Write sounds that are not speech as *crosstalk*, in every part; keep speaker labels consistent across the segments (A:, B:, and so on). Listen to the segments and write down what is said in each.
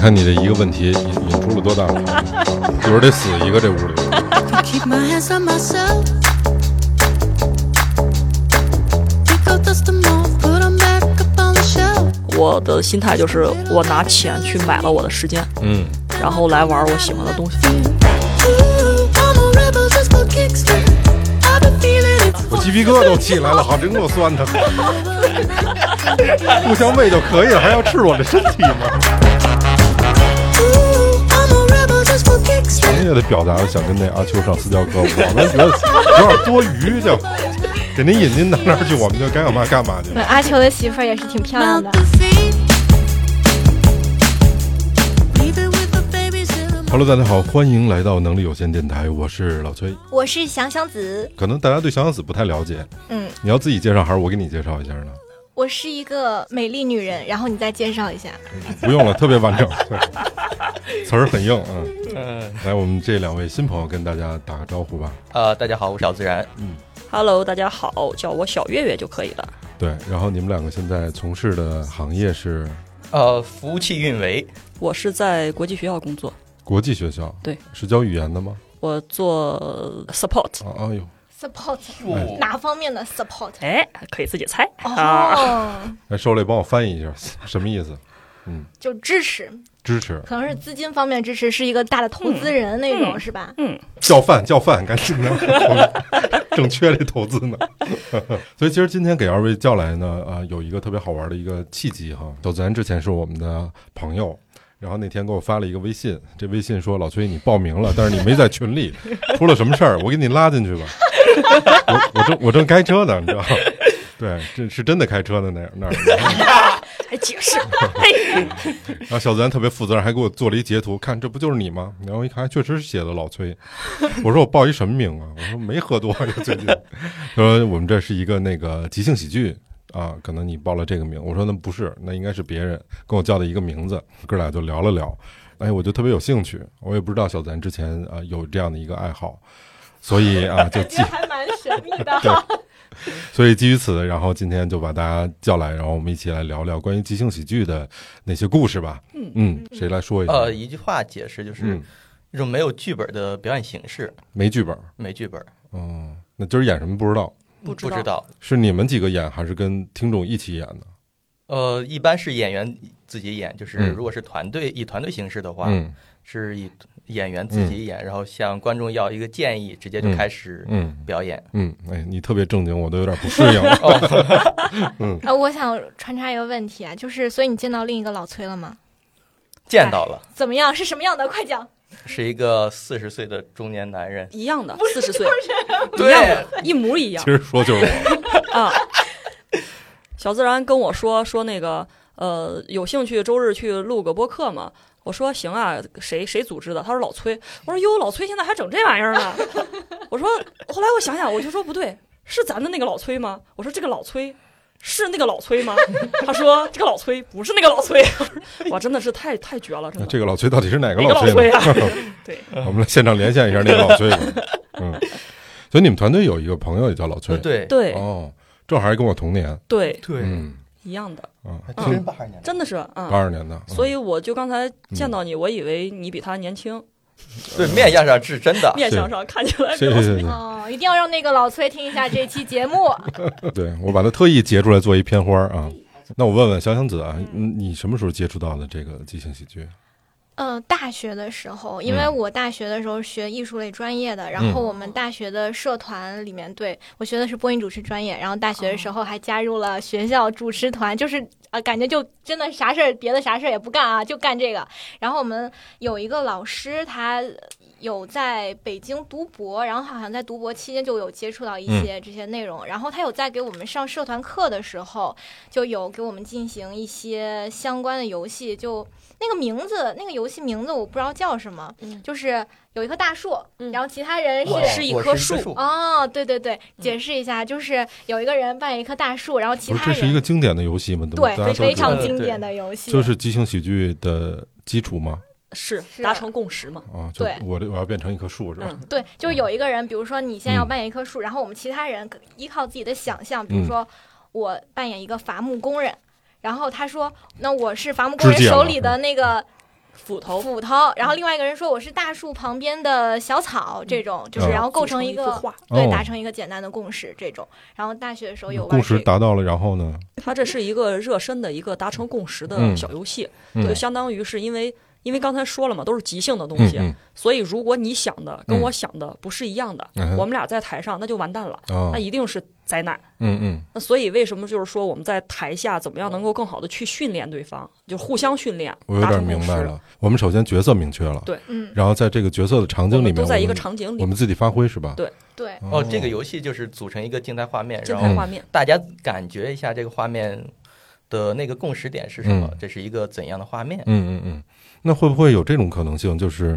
A: 看你这一个问题引引出了多大 *laughs* 火花，一会儿得死一个这屋里。
B: Could keep my hands on myself. Take out, dust them off, put them back up on the shelf.
C: 我的心态就是我拿钱去买了我的时间，
A: 嗯，
C: 然后来玩我喜欢的东西。
B: Ooh, I'm a rebel just for kicks. I've been feeling it.
A: 我鸡皮疙瘩都起来了，好，真给我酸 *laughs* 的。互相喂就可以了，还要吃我的身体吗？
B: Ooh, I'm a rebel just for kicks.
A: 强烈的表达想跟那阿秋上私教课，我们觉得有点多余，就给您引进到那儿去，我们就该干嘛干嘛去
D: 对，。阿秋的媳妇儿也是挺漂亮
B: Mount
D: 的。
B: the feet. Leave it with the babies in the
A: Hello，大家好，欢迎来到能力有限电台，我是老崔。
E: 我是祥祥子，
A: 可能大家对小杨子不太了解，
E: 嗯，
A: 你要自己介绍还是我给你介绍一下呢？
E: 我是一个美丽女人，然后你再介绍一下。
A: 不用了，特别完整，对，词儿很硬啊。
F: 嗯，
A: 来，我们这两位新朋友跟大家打个招呼吧。
F: 呃，大家好，我是小自然。
C: Hello，大家好，叫我小月月就可以了。
A: 对，然后你们两个现在从事的行业是
F: 呃，服务器运维，
C: 我是在国际学校工作，
A: 国际学校，
C: 对，
A: 是教语言的吗？
C: 我做 support。
A: 啊，哎呦，
E: support
C: 哦
F: 哟
E: 哪方面的 support？
C: 哎，可以自己猜啊。
E: 哦，
A: 哎，受累帮我翻译一下，什么意思？
E: 就支持，
A: 支持，
E: 可能是资金方面支持，是一个大的投资人那种，是吧？
A: 叫饭，叫饭，赶紧的， *laughs* 我们正缺这投资呢。 *laughs* 所以其实今天给二位叫来呢，呃，有一个特别好玩的一个契机哈。小自然之前是我们的朋友，然后那天给我发了一个微信，这微信说老崔你报名了，但 *laughs* 是你没在群里，出了什么事儿？我给你拉进去吧。 *laughs* 我我正我正开车呢，你知道吗？对，这是真的开车呢，那那儿。
C: 还解释？嘿，
A: 然后小自然特别负责任，还给我做了一截图，看这不就是你吗？然后一看，还确实是写的老崔。我说我报一什么名啊？我说没喝多呀，最近。他说我们这是一个那个即兴喜剧啊，可能你报了这个名。我说那不是，那应该是别人跟我叫的一个名字。哥俩就聊了聊，哎，我就特别有兴趣，我也不知道小自然之前啊、呃有这样的一个爱好，所以啊就基
E: 还蛮神秘的
A: 对，所以基于此，然后今天就把大家叫来，然后我们一起来聊聊关于即兴喜剧的那些故事吧。嗯谁来说一下？
F: 呃，一句话解释就是
A: 嗯，
F: 一种没有剧本的表演形式，
A: 没剧本，
F: 没剧本，
A: 嗯，那今儿演什么不知道，
C: 不知
F: 不
C: 道
F: 知道。
A: 是你们几个演还是跟听众一起演的？
F: 呃，一般是演员自己演，就是
A: 嗯
F: 如果是团队以团队形式的话，
A: 嗯
F: 是以演员自己演，然后向观众要一个建议，直接就开始
A: 嗯
F: 表演。
A: 嗯，哎，你特别正经，我都有点不适应了。
F: 哦，
E: *laughs* 呃，我想穿插一个问题啊，就是，所以你见到另一个老崔了吗？
F: 见到了，
E: 怎么样？是什么样的？快讲！
F: 是一个四十岁的中年男人。
C: *laughs* 一样的，四十岁，一样的，一模一样
A: 其实说就是我，
C: 啊。小自然跟我说说那个呃，有兴趣周日去录个播客吗？我说行啊，谁谁组织的？他说老崔。我说哟，老崔现在还整这玩意儿呢。 *laughs* 我说后来我想想，我就说不对，是咱的那个老崔吗？我说这个老崔。是那个老崔吗？ *laughs* 他说这个老崔不是那个老崔， *laughs* 我真的是太太绝了，
A: 那
C: 真的。
A: 啊这哎个老崔到底是哪个
C: 哪个
A: 崔
C: 老
A: 呢？
C: 对，
A: *laughs* 我们来现场连线一下那个老崔吧。嗯，所以你们团队有一个朋友也叫老崔，
F: 嗯对
C: 对
A: 哦，正好还跟我同年，
C: 对，
F: 对
A: 嗯
C: 一样的，
A: 啊，
F: 还真八二年的，
C: 真的是啊。
A: 八二嗯年的，
C: 所以我就刚才见到你，我以为你比他年轻，
F: 对面相上是真的。
C: 面相上看起来
A: 啊嗯谢谢谢谢，
E: 哦，一定要让那个老崔听一下这期节目。
A: 对我把它特意截出来做一片花儿啊。那我问问小香子啊，嗯你什么时候接触到的这个即兴喜剧？
E: 呃，大学的时候，因为
A: 嗯
E: 我大学的时候学艺术类专业的，然后我们大学的社团里面，对我学的是播音主持专业，然后大学的时候还加入了学校主持团，就是呃，感觉就真的啥事儿别的啥事儿也不干啊，就干这个。然后我们有一个老师，他有在北京读博，然后好像在读博期间就有接触到一些这些内容，然后他有在给我们上社团课的时候，就有给我们进行一些相关的游戏，就那个名字，那个游戏名字我不知道叫什么，
D: 嗯
E: 就是有一棵大树，
D: 嗯
E: 然后其他人是
F: 我
C: 是一棵
F: 我
C: 树
F: 树
E: 哦，对对对，解释一下，就是有一个人扮演一棵大树，然后其
A: 不是，
E: 他
A: 这是一
E: 人
A: 个经典的游戏吗？怎么
E: 对
A: 大家都
E: 非
A: 知道
E: 常
F: 对
E: 经典的游戏，
A: 就是即兴喜剧的基础吗？
C: 是
E: 是
C: 达成共识嘛？
A: 啊，就
E: 对
A: 我这我要变成一棵树是吧？
C: 嗯，
E: 对，就是有一个人，比如说你现在要
A: 嗯
E: 扮演一棵树，然后我们其他人可依靠自己的想象，比
A: 嗯
E: 如说我扮演一个伐木工人，然后他说那我是伐木工人
A: 知见了
E: 手里的那个
C: 斧头，
E: 斧头，然后另外一个人说我是大树旁边的小草，这种就是
A: 嗯
E: 然后构成
C: 一
E: 一
C: 幅
E: 个
C: 画。
E: 对
A: 哦嗯
E: 达成一个简单的共识这种。然后大学的时候有玩
A: 共识
E: 这个，
A: 达到了，然后呢？
C: 它这是一个热身的一个达成共识的
A: 嗯
C: 小游戏，
A: 嗯
C: 就相当于是因为因为刚才说了嘛，都是即兴的东
A: 嗯
C: 西，
A: 嗯
C: 所以如果你想的跟
A: 嗯
C: 我想的不是一样的，
A: 嗯哼
C: 我们俩在台上那就完蛋了，
A: 啊
C: 那，一定是灾难。
A: 嗯嗯
C: 那所以为什么就是说我们在台下怎么样能够更好的去训练对方，就互相训练，
A: 我有
C: 达
A: 点
C: 成
A: 明
C: 共识
A: 白。了。我们首先角色明确了，
C: 对
E: 嗯，
A: 然后在这个角色的场景
C: 我
A: 里面，
C: 们都
A: 我
C: 在一个
A: 们
C: 场景
A: 我
C: 里，
A: 们自己发挥是吧？
C: 对
E: 对，
F: 哦，这个游戏就是组成一个静态画面，
C: 静
A: 嗯
F: 然
C: 态
F: 后
C: 画面。
F: 大家感觉一下这个画面的那个共识点是什么
A: 嗯，
F: 这是一个怎样的画面？
A: 嗯嗯嗯，那会不会有这种可能性？就是，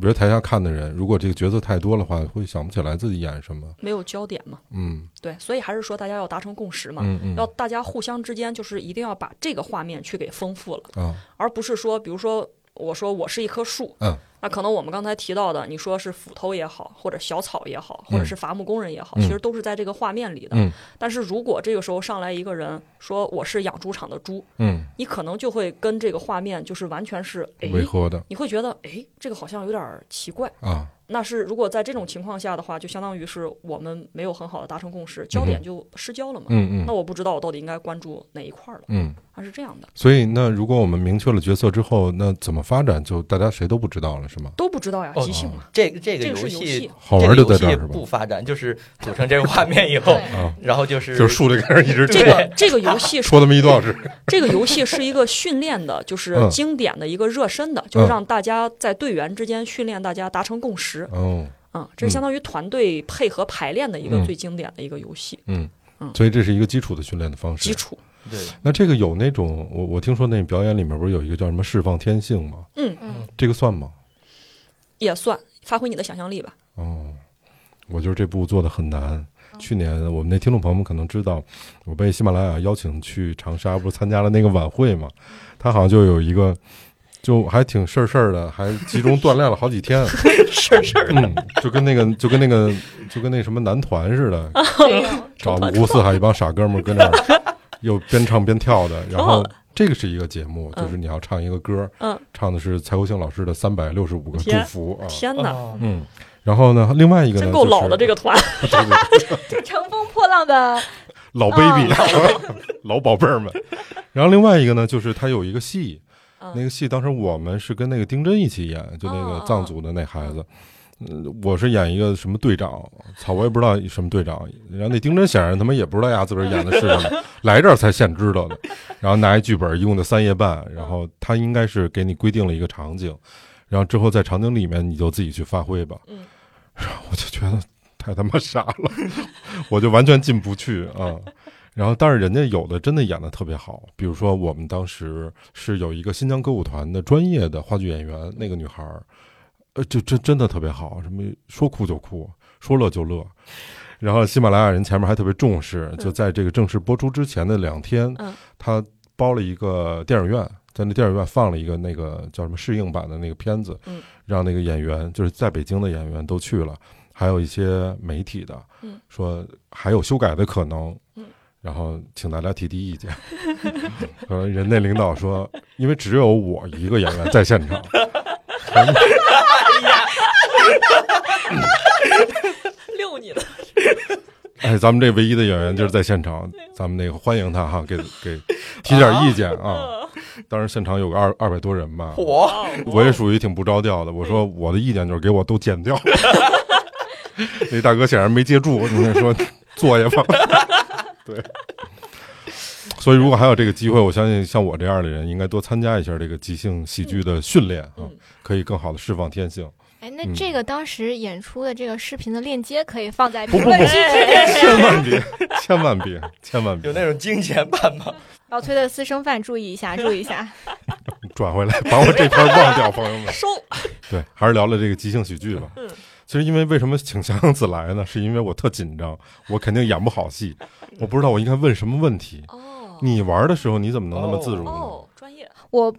A: 比如台下看的人，如果这个角色太多的话，会想不起来自己演什么。
C: 没有焦点嘛，
A: 嗯
C: 对，所以还是说大家要达成共识嘛，
A: 嗯嗯，
C: 要大家互相之间就是一定要把这个画面去给丰富了，
A: 啊，
C: 而不是说，比如说我说我是一棵树，
A: 嗯，
C: 那可能我们刚才提到的，你说是斧头也好，或者小草也好，或者是伐木工人也好，
A: 嗯
C: 其实都是在这个画面里的。
A: 嗯
C: 但是如果这个时候上来一个人说我是养猪场的猪，
A: 嗯，
C: 你可能就会跟这个画面就是完全是诶，
A: 违和的
C: 你会觉得诶，这个好像有点儿奇怪。
A: 啊，
C: 那是如果在这种情况下的话，就相当于是我们没有很好的达成共识，焦点就失焦了嘛。
A: 嗯
C: 那
A: 嗯
C: 我不知道我到底应该关注哪一块儿了，
A: 嗯。
C: 它是这样的，
A: 所以，那如果我们明确了角色之后，那怎么发展，就大家谁都不知道了，是吗？
C: 都不知道呀，
F: 哦
C: 即兴嘛，
F: 这个这个
C: 这个是游
F: 戏
C: 戏，
A: 好玩就在
F: 这
A: 这
F: 个
A: 儿是
F: 游戏
A: 吧
F: 不？发展，就是组成这个画面以后
E: 对，
A: 啊，
F: 然后就是
A: 就是竖着开始一直
C: 这个这个游戏是
A: 说他们一多小时。
C: *laughs* 这个游戏是一个训练的，就是
A: 嗯
C: 经典的一个热身的，就
A: 嗯
C: 是让大家在队员之间训练大家达成共识
A: 哦，
C: 啊、这是相当于团队配合排练的一个最经典的一个游戏
A: 嗯
C: 嗯，
A: 所以这是一个基础的训练的方式
C: 基。础。
F: 对，
A: 那这个有那种，我我听说那表演里面不是有一个叫什么释放天性吗？
C: 嗯
E: 嗯，
A: 这个算吗？
C: 也算发挥你的想象力吧。
A: 哦，我觉得这步做的很难。
C: 嗯
A: 去年我们那听众朋友们可能知道，我被喜马拉雅邀请去长沙，不是参加了那个晚会
C: 嗯
A: 嘛？他好像就有一个，就还挺事儿事儿的，还集中锻炼了好几
C: *laughs*
A: 天，
F: 事儿事儿
A: 嗯，就跟那个就跟那个就跟那什么男团似的， *laughs* 找
C: 团
A: 五湖四海一帮傻哥们儿跟那儿又边唱边跳的，然后。这个是一个节目，
C: 嗯
A: 就是你要唱一个歌，
C: 哦嗯，
A: 唱的是蔡国庆老师的《三百六十五个祝
C: 天
A: 福》啊，
C: 天哪，
F: 哦
A: 嗯，然后呢，另外一个呢，
C: 真够老的
A: 就
C: 这
A: 是
C: 个团， *laughs*
E: 乘风破浪的，
C: 哦
A: 老 baby，、老 *laughs* 宝贝儿们。然后另外一个呢，就是他有一个戏，
C: 嗯
A: 那个戏当时我们是跟那个丁真一起演，就那
C: 哦哦
A: 个
C: 哦
A: 藏族的那孩子。嗯，我是演一个什么队长，操，我也不知道什么队长。然后那丁真显然他妈也不知道呀，自个儿演的是什
C: *laughs*
A: 么，来这儿才现知道的。然后拿一剧本，一共就三页半，然后他应该是给你规定了一个场景，然后之后在场景里面你就自己去发挥吧。
C: 嗯，
A: 然 *laughs* 后我就觉得太他妈傻了，我就完全进不去啊。然后，但是人家有的真的演的特别好，比如说我们当时是有一个新疆歌舞团的专业的话剧演员，那个女孩儿，呃，就真真的特别好，什么说哭就哭，说乐就乐。然后喜马拉雅人前面还特别重视，就在这个正式播出之前的两天，
C: 嗯
A: 他包了一个电影院，在那电影院放了一个那个叫什么适应版的那个片子，
C: 嗯
A: 让那个演员就是在北京的演员都去了，还有一些媒体的，
C: 嗯
A: 说还有修改的可能，
C: 嗯
A: 然后请大家提提意见。 *laughs* 呃，人那领导说，因为只有我一个演员在现场，
C: 遛你的，
A: 哎，咱们这唯一的演员就是在现场，咱们那个欢迎他哈，给给提点意见啊。当时现场有个二二百多人吧，
F: 火，
A: 我也属于挺不着调的。我说我的意见就是给我都剪掉。 *laughs* 那大哥显然没接住，你说作业吧。 *laughs* 对，所以如果还有这个机会，我相信像我这样的人应该多参加一下这个即兴喜剧的训练啊
C: 嗯，
A: 可以更好的释放天性。
E: 哎，那
A: 嗯
E: 这个当时演出的这个视频的链接可以放在
A: 不
E: 评
A: 不
E: 论
A: 不
E: 区之内。
A: 千万别，千万别，千万别
F: 有那种金钱版吗？
E: *laughs* 老崔的私生饭，注意一下，注意一下。
A: 转回来，把我这篇忘掉，朋友们。
C: 收，
A: 对， *laughs* 还是聊聊这个即兴喜剧吧。
C: 嗯，
A: 其实因为为什么请香香子来呢？是因为我特紧张，我肯定演不好戏，我不知道我应该问什么问题。
C: 哦
A: 你玩的时候你怎么能那么自如呢？
C: 哦，专业，
E: 我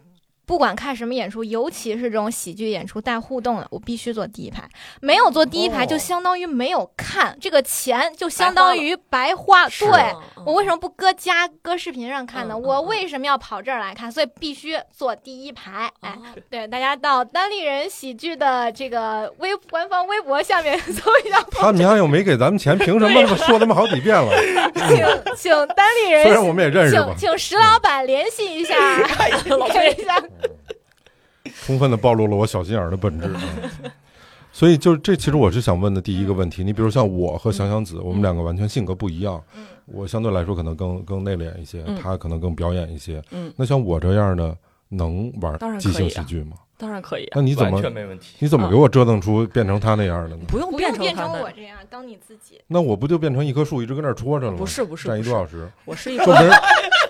E: 不管看什么演出，尤其是这种喜剧演出带互动的，我必须坐第一排。没有坐第一排，
F: 哦
E: 就相当于没有看，这个钱就相
C: 白花
E: 当于白花。
C: 是
E: 对，
C: 嗯
E: 我为什么不搁家搁视频上看呢？
C: 嗯嗯
E: 我
C: 嗯
E: 为什么要跑这儿来看？所以必须坐第一排。哎，
C: 哦
E: 对，大家到单立人喜剧的这个微官方微博下面 *laughs* 搜一下，
A: 他们家又没给咱们
C: *laughs*
A: 钱，凭什么说他们好几遍了？
E: 请请单立人
A: 虽然我们也认识吧
E: 请，请石老板联系一下，
C: 哎老
E: *laughs* 看一下。
A: 充分的暴露了我小心眼儿的本质。
C: *laughs*
A: 嗯所以就是这，其实我是想问的第一个
C: 嗯
A: 问题。你比如像我和想想子，我们两个完全性格不一样。我相对来说可能更更内敛一些，
C: 嗯
A: 他可能更表演一些。
C: 嗯，
A: 那像我这样的能
C: 当
A: 玩
C: 然
A: 即
C: 可以
A: 兴喜
C: 啊
A: 剧吗？
C: 当然可以啊，
A: 那你怎
F: 完
A: 么
F: 全没问题。
A: 你怎么
C: 啊
A: 给我折腾出变成他那样的呢？
C: 不用
E: 不
C: 变
E: 用
C: 成
E: 变
C: 他
E: 成
C: 那
E: 我
C: 样
E: 这样，当你自己。
A: 那我不就变成一棵树，一直跟那儿戳着了吗？
C: 不是不是
A: 站一
C: 不
A: 多
C: 是
A: 小时，
C: 我是一
A: 就
C: 个，
A: 没人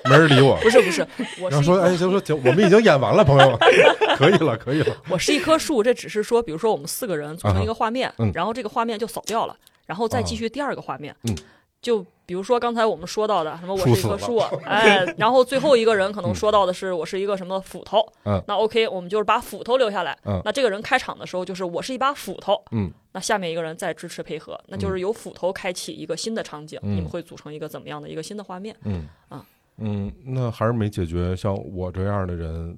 A: 没人理我。
C: *laughs* 不是不是，我 *laughs*
A: 然后
C: 是一
A: 说，哎，行说行，我们已经演完了，朋友
C: *laughs*
A: 们，可以了，可以了。
C: 我是一棵树，这只是说，比如说我们四个人组成一个画面，
A: 啊哈嗯
C: 然后这个画面就扫掉了，然后再继续第二个画面。
A: 嗯
C: 就比如说刚才我们说到的什么我
A: 树
C: 是一
A: 死
C: 棵
A: 了
C: 树，哎，然后最后一个人可能
A: 嗯
C: 说到的是我是一个什么斧头，
A: 嗯
C: 那 OK，我们就是把斧头留下来。
A: 嗯
C: 那这个人开场的时候就是我是一把斧头，
A: 嗯，
C: 那下面一个人再支持配合，那就是由斧头开启一个新的场景，
A: 嗯
C: 你们会组成一个怎么样的一个新的画面？
A: 嗯
C: 啊
A: 嗯，那还是没解决。像我这样的人，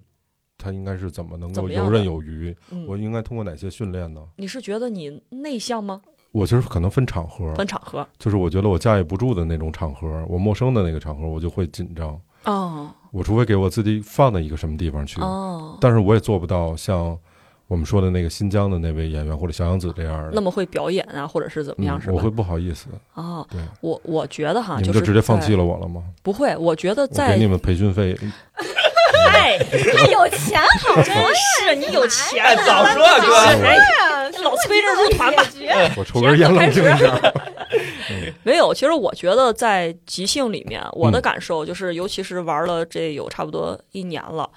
A: 他应该是怎么能
C: 怎
A: 够
C: 么样
A: 游
C: 的
A: 刃有余？我
C: 嗯，
A: 应该通过哪些训练呢？
C: 你是觉得你内向吗？
A: 我其实可能分场合，
C: 分场合
A: 就是我觉得我驾驭不住的那种场合，我陌生的那个场合，我就会紧张。
C: 哦
A: 我除非给我自己放到一个什么地方去，
C: 哦，
A: 但是我也做不到像我们说的那个新疆的那位演员或者小杨子这样的。
C: 那么会表演啊，或者是怎么样，
A: 嗯
C: 是吧？
A: 我会不好意思。
C: 哦
A: 对，
C: 我我觉得哈，
A: 你们
C: 是
A: 就直接放
C: 在
A: 弃了我了吗？
C: 不会，我觉得
A: 我给
C: 在
A: 你们培训
C: *laughs*
A: 费，
C: 哎，
E: 他有钱好
C: 真是你有钱
F: 哎，
C: 啊，
F: 早说啊，哥，
C: 哎，
E: 呀， *laughs*
C: 老崔这入团吧。
A: 我抽根烟冷静一
C: *laughs*
A: *laughs* 下。嗯
C: 没有，其实我觉得在即兴里面，我的感受就是，尤其是玩了这有差不多一年了，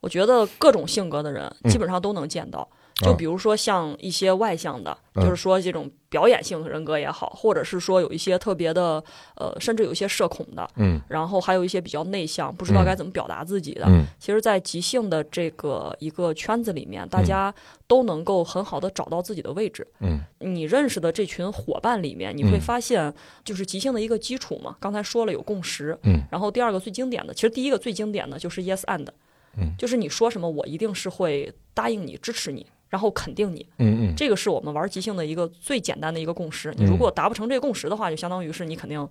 C: 我觉得各种性格的人
A: 嗯啊
C: 基本上都能见到。就比如说像一些外向的，
A: 嗯
C: 就是说这种表演性人格也好，或者是说有一些特别的，呃，甚至有一些社恐的，
A: 嗯
C: 然后还有一些比较内向，不知道
A: 嗯
C: 该怎么表达自己的，
A: 嗯
C: 其实，在即兴的这个一个圈子里面，大家都能够很好的找到自己的位置。
A: 嗯
C: 你认识的这群伙伴里面，你会发现，就是即兴的一个基础嘛。刚才说了有共识，
A: 嗯，
C: 然后第二个最经典的，其实第一个最经典的就是 yes and，
A: 嗯
C: 就是你说什么，我一定是会答应你、支持你，然后肯定你。
A: 嗯嗯，
C: 这个是我们玩即兴的一个最简单的一个共识。
A: 嗯
C: 你如果达不成这个共识的话，就相当于是你肯定，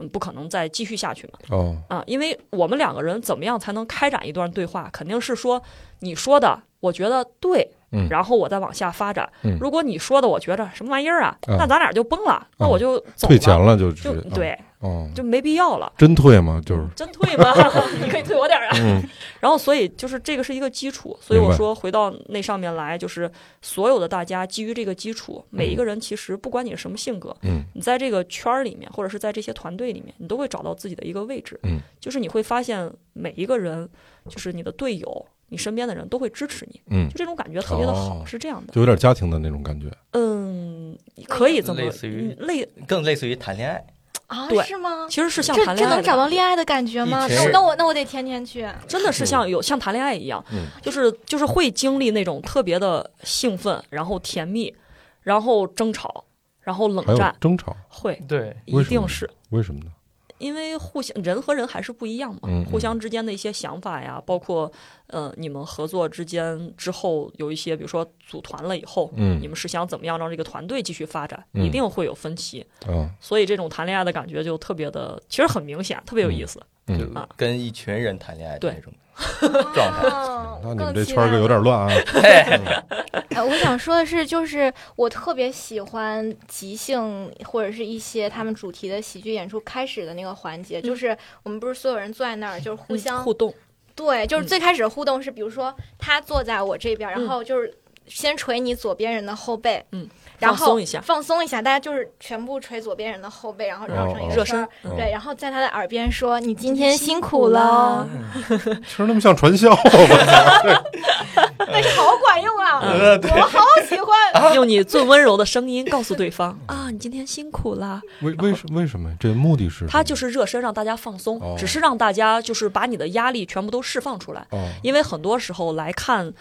C: 嗯，不可能再继续下去嘛。
A: 哦，
C: 啊，因为我们两个人怎么样才能开展一段对话，肯定是说你说的，我觉得对，
A: 嗯
C: 然后我再往下发展。
A: 嗯
C: 如果你说的我觉得什么玩意儿啊，
A: 啊
C: 那咱俩就崩了，那我就走
A: 退钱
C: 了，
A: 了就直
C: 就
A: 接
C: 对，
A: 哦，
C: 就没必要了。
A: 真退吗？就是
C: 真退吗？ *laughs* 你可以退我点儿啊。
A: 嗯
C: *laughs* 然后，所以就是这个是一个基础，所以
A: 明
C: 我
A: 白
C: 说回到那上面来，就是所有的大家基于这个基础，每一个人其实不管你是什么性格，
A: 嗯
C: 你在这个圈儿里面，或者是在这些团队里面，你都会找到自己的一个位置。
A: 嗯，
C: 就是你会发现每一个人，就是你的队友，你身边的人都会支持你，
A: 嗯
C: 就，这种感觉特别的好，
A: 哦
C: 是这样的。
A: 就有点家庭的那种感觉。
C: 嗯，可以这么
F: 类似于
C: 嗯类，
F: 更类似于谈恋爱。
E: 啊
C: 对
E: 是吗？
C: 其实是像
E: 这
C: 谈
E: 这
C: 恋爱
E: 能
C: 的，
E: 找到恋爱的感觉吗？
F: 一
E: 那我
F: 群
E: 那我那我得天天去。
C: 真的是像有像谈恋爱一样，
A: 嗯
C: 就是就是会经历那种特别的兴奋，然后甜蜜，然后争吵，然后冷
A: 还有
C: 战，
A: 争吵，
C: 会
F: 对，
C: 一
A: 为什么
C: 定是。
A: 为什么呢？
C: 因为互相人和人还是不一样嘛，
A: 嗯嗯
C: 互相之间的一些想法呀，包括呃你们合作之间之后有一些，比如说组团了以后，
A: 嗯
C: 你们是想怎么样让这个团队继续发展，
A: 嗯
C: 一定会有分歧，
A: 啊，
C: 所以这种谈恋爱的感觉就特别的，其实很明显，特别有意思。
F: 就
A: 嗯，
C: 啊
F: 跟一群人谈恋爱的
C: 对
F: 那种。状态
E: 哦
A: 那你
E: 更
A: 们这
E: 期
A: 圈儿
E: 待
A: 可有
E: 了
A: 点
C: *laughs*
A: 乱啊。
E: 呃，我想说的是，就是我特别喜欢即兴或者是一些他们主题的喜剧演出开始的那个环节，就是我们不是所有人坐在那儿，就是嗯互
C: 嗯
E: 相、
C: 互动，
E: 对，就是
C: 嗯
E: 最开始互动是，比如说他坐在我这边，
C: 嗯
E: 然后就是先捶你左边人的后背，
C: 嗯，
E: 然后
C: 放松一下
E: 放松一下，大家就是全部捶左边人的后背，然后绕成一
A: 哦
E: 个
C: 热
E: 圈
C: 身
E: 儿。，
C: 嗯
E: 对，然后在他的耳边说：“你今天辛苦了。
A: 啊其实那么像传销，我操
E: 好管用啊！
C: 嗯
F: 呃对
E: 我好喜
C: *laughs* *laughs*
E: 欢。
C: 用你最温柔的声音告诉对方 *laughs* 啊，你今天辛苦啦。
A: 为为什为什么呀？这目的是
C: 它
A: 什么
C: 就是热身，让大家放松，
A: 哦
C: 只是让大家就是把你的压力全部都释放出来。
A: 哦，
C: 因为很多时候来看，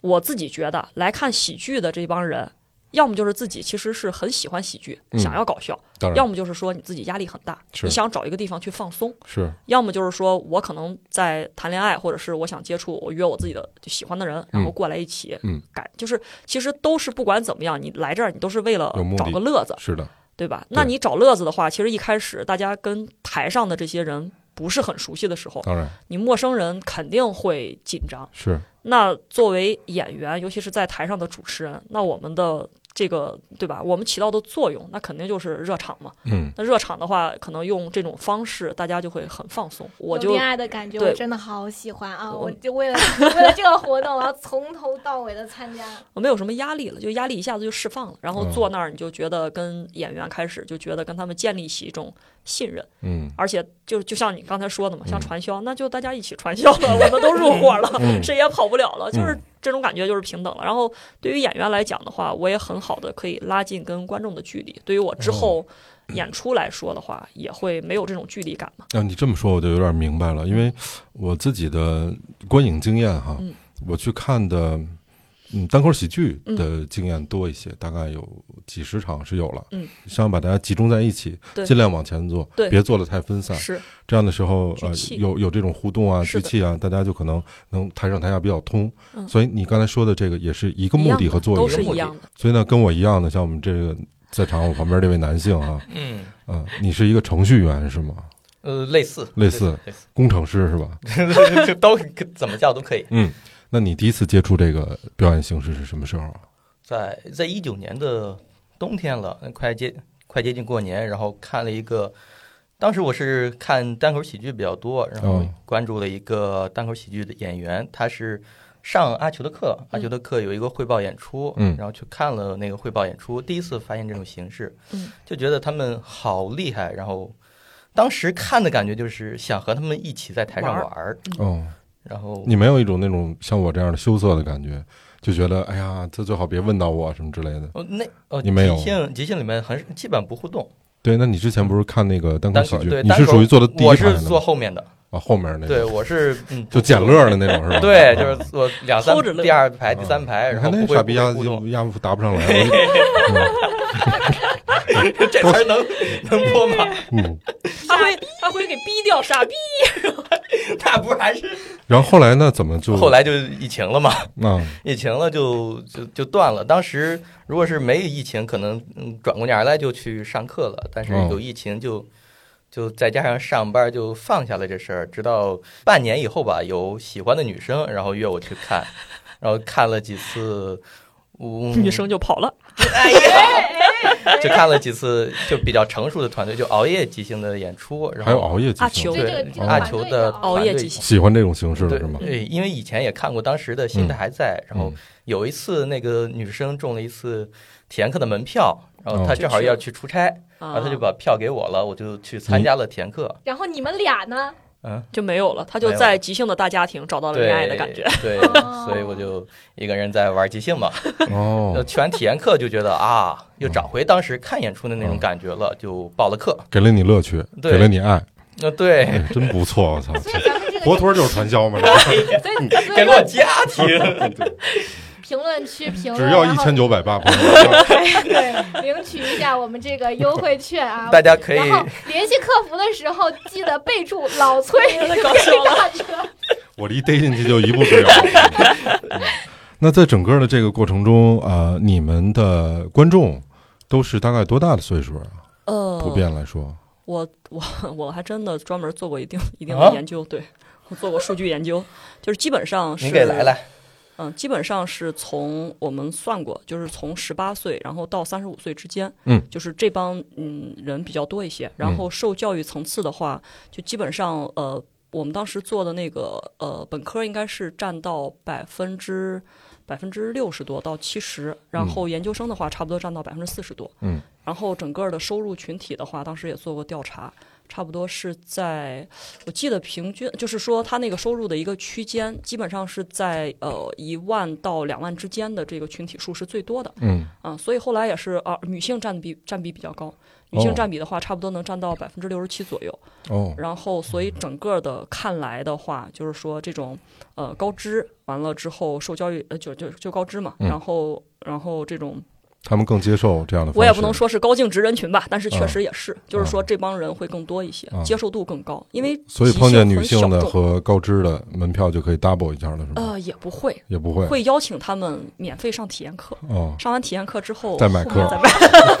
C: 我自己觉得来看喜剧的这帮人，要么就是自己其实是很喜欢喜剧，
A: 嗯
C: 想要搞笑；
A: 当然
C: 要么就是说你自己压力很大，
A: 是
C: 你想找一个地方去放松；
A: 是
C: 要么就是说我可能在谈恋爱，或者是我想接触，我约我自己的就喜欢的人，然后过来一起
A: 嗯
C: 改，就是其实都是不管怎么样，你来这儿你都是为了
A: 有目的
C: 找个乐子，
A: 是的，
C: 对吧？那你找乐子的话，其实一开始大家跟台上的这些人不是很熟悉的时候，
A: 当然
C: 你陌生人肯定会紧张。
A: 是
C: 那作为演员，尤其是在台上的主持人，那我们的这个对吧？我们起到的作用，那肯定就是热场嘛。
A: 嗯
C: 那热场的话，可能用这种方式，大家就会很放松。我
E: 有
C: 就
E: 恋爱的感觉，
C: 对
E: 我真的好喜欢啊！
C: 我
E: 我就为了为了这个活动，我要从头到尾的参加。
C: 我没有什么压力了，就压力一下子就释放了。然后
A: 嗯
C: 坐那儿，你就觉得跟演员开始就觉得跟他们建立起一种信任。
A: 嗯
C: 而且就就像你刚才说的嘛，像
A: 嗯
C: 传销，那就大家一起传销了，我们都入伙了，
A: 嗯
C: *laughs* 谁也跑不了了，就是
A: 嗯
C: 这种感觉就是平等了。然后对于演员来讲的话，我也很好的可以拉近跟观众的距离。对于我
A: 哦
C: 之后演出来说的话，也会没有这种距离感嘛。
A: 那、啊你这么说我就有点明白了，因为我自己的观影经验哈，
C: 嗯
A: 我去看的嗯单口喜剧的经验多一些，大概有几十场是有了。
C: 嗯，
A: 想把大家集中在一起，
C: 对
A: 尽量往前做，
C: 对
A: 别做的太分散。
C: 是，
A: 这样的时候，呃
C: 聚，气
A: 有有这种互动啊、
C: 是
A: 聚
C: 的
A: 气啊，大家就可能能台上台下比较通。
C: 嗯
A: 所以你刚才说的这个也是一个目的和作用。
C: 都是一样的。
A: 所以呢，跟我一样的，像我们这个在场我旁边这位男性啊，
F: 嗯，
A: 嗯、你是一个程序员是吗？
F: 呃，类似， *laughs*
A: 类似，
F: 类似，
A: 工程师是吧？
F: 就都怎么叫都可以。
A: 嗯，那你第一次接触这个表演形式是什么时候啊？
F: 在在一九年的冬天了，快接快接近过年，然后看了一个，当时我是看单口喜剧比较多，然后
A: 哦
F: 关注了一个单口喜剧的演员，他是上阿球的课，阿球的课有一个汇报演出，
A: 嗯
F: 然后去看了那个汇报演出，第一次发现这种形式，
C: 嗯
F: 就觉得他们好厉害，然后当时看的感觉就是想和他们一起在台上
C: 玩儿
F: 玩儿，
A: 哦，
F: 然后
A: 你没有一种那种像我这样的羞涩的感觉，就觉得哎呀，这最好别问到我什么之类的。
F: 哦那哦
A: 你没有
F: 即兴即兴里面很基本不互动。
A: 对，那你之前不是看那个单口
F: 单
A: 喜
F: 口
A: 剧，
F: 对，
A: 你
F: 单
A: 是
F: 口
A: 属于坐的第一
F: 我
A: 排
F: 是
A: 的
F: 坐
A: 吗？
F: 后面的，
A: 啊，后面那
F: 对，
A: 个
F: 我是嗯，
A: 就捡乐的那种是吧？哦
F: *laughs* 对，就是我两三
C: 偷着乐
F: 第二排、第三排，
A: 嗯你
F: 然
A: 看
F: 后
A: 那
F: 不
A: 傻
F: 会
A: 逼
F: 不
A: 丫
F: 会互
A: *laughs*
F: 动，
A: 就丫不答不上
F: *laughs*
A: 来，我
F: 这词
A: *laughs*
F: 儿能能播吗？
A: 就嗯。
C: 他会他会给逼掉，傻逼。
F: 那不
A: *laughs*
F: 然是
A: 然后后来呢？怎么就
F: 后来就疫情了嘛，
A: 啊？
F: 疫情了就就就断了。当时如果是没有疫情，可能嗯转过年来就去上课了，但是
A: 哦
F: 有疫情就。就再加上上班，就放下了这事儿。直到半年以后吧，有喜欢的女生，然后约我去看，然后看了几次，
C: *laughs*
F: 嗯我
A: 嗯
C: 女生就跑了，哎
E: 哎
C: *laughs*
F: 就看了几次就比较成熟的团队，就熬夜即兴的演出，然后
A: 还有熬夜即
C: 阿
A: 兴
C: 球
E: 对这个
F: 对
E: 这个
A: 阿
E: 团
F: 球
E: 队
F: 的
E: 叫
C: 熬夜即兴。
A: 喜欢这种形式了
F: 对
A: 是嗯吗？
F: 对，因为以前也看过，当时的心态还在。然后有一次，那个女生中了一次体验课的门票，然
A: 哦
F: 后她正好要去出差，
C: 嗯
F: 然后她啊
C: 啊
F: 就把票给我了，我就去参加了体验课。
E: 然后你们俩呢？
F: 嗯，
C: 就没有了，他就
F: 没有
C: 在即兴的大家庭找到了
F: 对，
C: 恋爱的感觉。 *laughs*
F: 对，
E: 哦
F: 所以我就一个人在玩即兴嘛。
A: 哦
F: 呃，，去完体验课就觉得啊，又找回当时看演出的那
A: 嗯
F: 种感觉了，就报了课。
A: 给了你乐趣，
F: 对
A: 给了你爱，
F: 呃，
C: 嗯
F: 对，
A: 哎真不错！
F: *laughs*
A: 我操，
E: 所以咱们
A: *laughs*
E: 这个
A: 活脱就是传销
C: *laughs*
A: 嘛！这是
E: 所以所以
F: 给了我家庭。
E: 评论区评论，
A: 只要
E: 然
A: 一
E: 后
A: 千九百八，朋友们
C: *laughs*
E: *laughs* 对，领取一下我们这个优惠券啊。
F: 大家可以
E: 然后联系客服的时候，记得
C: *laughs*
E: 备注“老崔”，
C: 哎搞笑了
E: 打折。
A: 我离逮进去就一步之遥。嗯 *laughs* 那在整个的这个过程中，呃，你们的观众都是大概多大的岁数啊？
C: 呃，
A: 普遍来说，
C: 我我我还真的专门做过一定一定
F: 啊
C: 的研究，对我做过数据研究，就是基本上是
F: 你给来来，
C: 嗯，基本上是从我们算过，就是从十八岁然后到三十五岁之间，
A: 嗯，
C: 就是这帮嗯人比较多一些。然后受教育层次的话，就基本上呃，我们当时做的那个呃本科应该是占到百分之百分之六十多到七十，然后研究生的话差不多占到百分之四十多，
A: 嗯，
C: 然后整个的收入群体的话，当时也做过调查，差不多是在我记得平均就是说他那个收入的一个区间，基本上是在呃一万到两万之间的这个群体数是最多的
A: 嗯
C: 啊，所以后来也是啊女性占比占比比较高，女性
A: 哦
C: 占比的话差不多能占到百分之六十七左右。
A: 哦
C: 然后，所以整个的看来的话，就是说这种呃高知完了之后受教育呃就就就高知嘛，
A: 嗯
C: 然后然后这种
A: 他们更接受这样的方式。
C: 我也不能说是高净值人群吧，但是确
A: 嗯
C: 实也是，就是说这帮人会更多一些，
A: 嗯
C: 接受度更高，因为
A: 所以碰见女性的
C: 极限很小众
A: 和高知的门票就可以 double 一下了，是吗？
C: 呃也不会
A: 也不会，
C: 会邀请他们免费上体验课，
A: 哦，
C: 上完体验课之后
A: 再买课
C: 后面再买，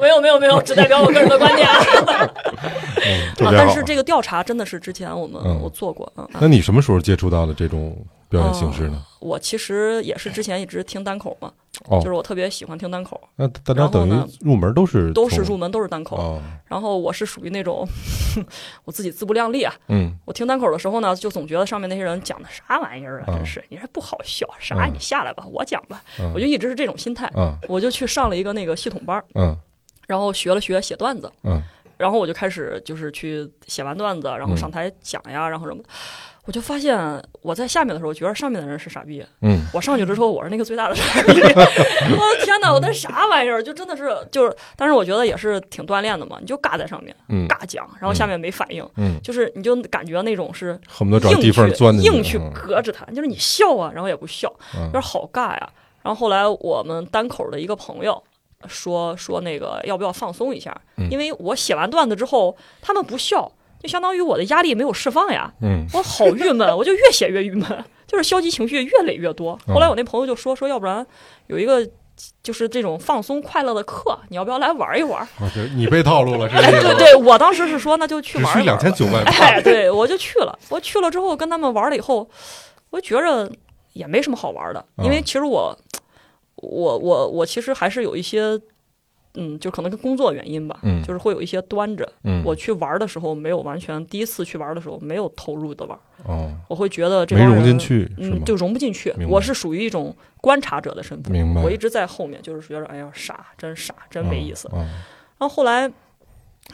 C: 没有没有没有，只代表我个人的观点啊。
A: 嗯特
C: 啊
A: 别
C: 但
A: 好
C: 是。这个调查真的是之前我们
A: 嗯
C: 我做过，嗯，
A: 那你什么时候接触到的这种表演形式呢？
C: 我其实也是之前一直听单口嘛，
A: 哦
C: 就是，我特别喜欢听单口，
A: 那大家
C: 然后
A: 等
C: 呢
A: 于入门都是
C: 都是
A: 从
C: 入门都是单口。
A: 哦，
C: 然后我是属于那种 *laughs* 我自己自不量力啊，
A: 嗯
C: 我听单口的时候呢，就总觉得上面那些人讲的啥玩意儿啊，
A: 嗯
C: 真是你还不好笑啥，
A: 嗯
C: 你下来吧，我讲吧，
A: 嗯
C: 我就一直是这种心态。
A: 嗯
C: 我就去上了一个那个系统班儿，
A: 嗯
C: 然后学了学写段子，
A: 嗯
C: 然后我就开始就是去写完段子，然后
A: 嗯
C: 上台讲呀，然后什么的，我就发现我在下面的时候，觉得上面的人是傻逼，
A: 嗯
C: 我上去之后，我是那个最大的
A: *laughs*
C: 傻逼。我的天哪，我那啥玩意儿，就真的是就是，但是我觉得也是挺锻炼的嘛，你就尬在上面
A: 嗯
C: 尬讲，然后下面没反应，
A: 嗯，
C: 就是你就感觉那种是
A: 恨不得找地缝钻进
C: 硬去
A: 嗯
C: 隔着他，就是你笑啊，然后也不笑，
A: 嗯
C: 就是好尬呀、然后后来我们单口的一个朋友说说那个要不要放松一下，
A: 嗯
C: 因为我写完段子之后他们不笑，就相当于我的压力没有释放呀，
A: 嗯
C: 我好郁闷，我就越写越郁闷，就是消极情绪越累越多。
A: 嗯
C: 后来我那朋友就说说，要不然有一个。就是这种放松快乐的课，你要不要来玩一玩？
A: 啊这你被套路了，是这
C: 哎，
A: 意思
C: 对
A: 吗，
C: 对，我当时是说那就
A: *laughs*
C: 去
A: 只
C: 玩
A: 需
C: 一玩
A: 两
C: 吧
A: 千九百八，
C: 哎，
A: *laughs*
C: 对，我就去了。我去了之后跟他们玩了以后，我觉着也没什么好玩的，
A: 嗯
C: 因为其实我，我我我其实还是有一些，嗯，就可能跟工作原因吧，
A: 嗯
C: 就是会有一些端着。
A: 嗯，
C: 我去玩的时候没有完全，第一次去玩的时候没有投入的玩，
A: 哦，
C: 我会觉得这
A: 没
C: 帮人
A: 融进去是
C: 嗯，
A: 吗？
C: 就融不进去
A: 明。白
C: 我是属于一种观察者的身份，
A: 明白，
C: 我一直在后面，就是觉得哎呀傻，真傻，真没意思。
A: 嗯。
C: 然后后来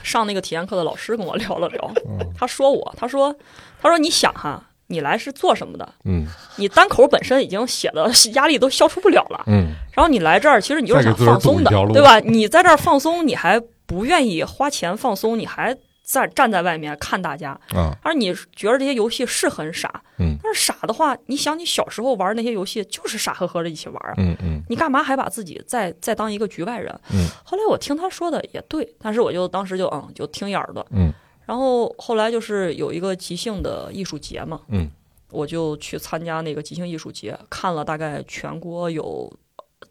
C: 上那个体验课的老师跟我 *laughs* 聊了聊，
A: 嗯
C: 他说我，他说，他说你想哈，你来是做什么的？
A: 嗯
C: 你单口本身已经写的压力都消除不了了，
A: 嗯
C: 然后你来这儿其实你就是
A: 再
C: 想
A: 给自个儿
C: 放
A: 堵
C: 松
A: 一
C: 的
A: 条路，
C: 对吧？你在这儿放松，你还不愿意花钱放松，你还在站在外面看大家，
A: 嗯啊
C: 而你觉得这些游戏是很傻，
A: 嗯
C: 但是傻的话，你想你小时候玩那些游戏就是傻呵呵的一起玩啊，
A: 嗯嗯
C: 你干嘛还把自己再再当一个局外人？
A: 嗯
C: 后来我听他说的也对，但是我就当时就嗯就听一耳朵，
A: 嗯，
C: 然后后来就是有一个即兴的艺术节嘛，
A: 嗯，
C: 我就去参加那个即兴艺术节，看了大概全国有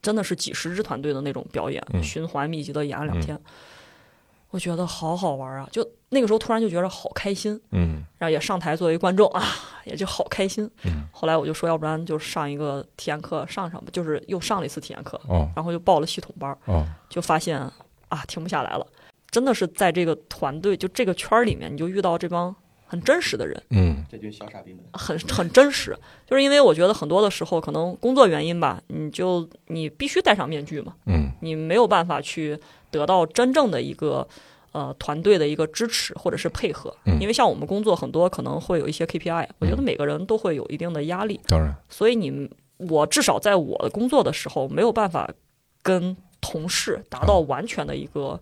C: 真的是几十支团队的那种表演，
A: 嗯
C: 循环密集的演了两天，我觉得好好玩啊！就那个时候突然就觉得好开心，
A: 嗯
C: 然后也上台作为观众啊，也就好开心。
A: 嗯
C: 后来我就说，要不然就上一个体验课上上吧，就是又上了一次体验课，
A: 哦
C: 然后又报了系统班儿，
A: 哦
C: 就发现啊，停不下来了。真的是在这个团队，就这个圈儿里面，你就遇到这帮很真实的人，
A: 嗯
F: 这群小傻逼们，
C: 很很真实。就是因为我觉得很多的时候，可能工作原因吧，你就你必须戴上面具嘛，
A: 嗯
C: 你没有办法去得到真正的一个呃团队的一个支持或者是配合。
A: 嗯
C: 因为像我们工作很多可能会有一些 KPI，我觉得
A: 嗯
C: 每个人都会有一定的压力，
A: 当然
C: 所以你我至少在我的工作的时候没有办法跟同事达到完全的一个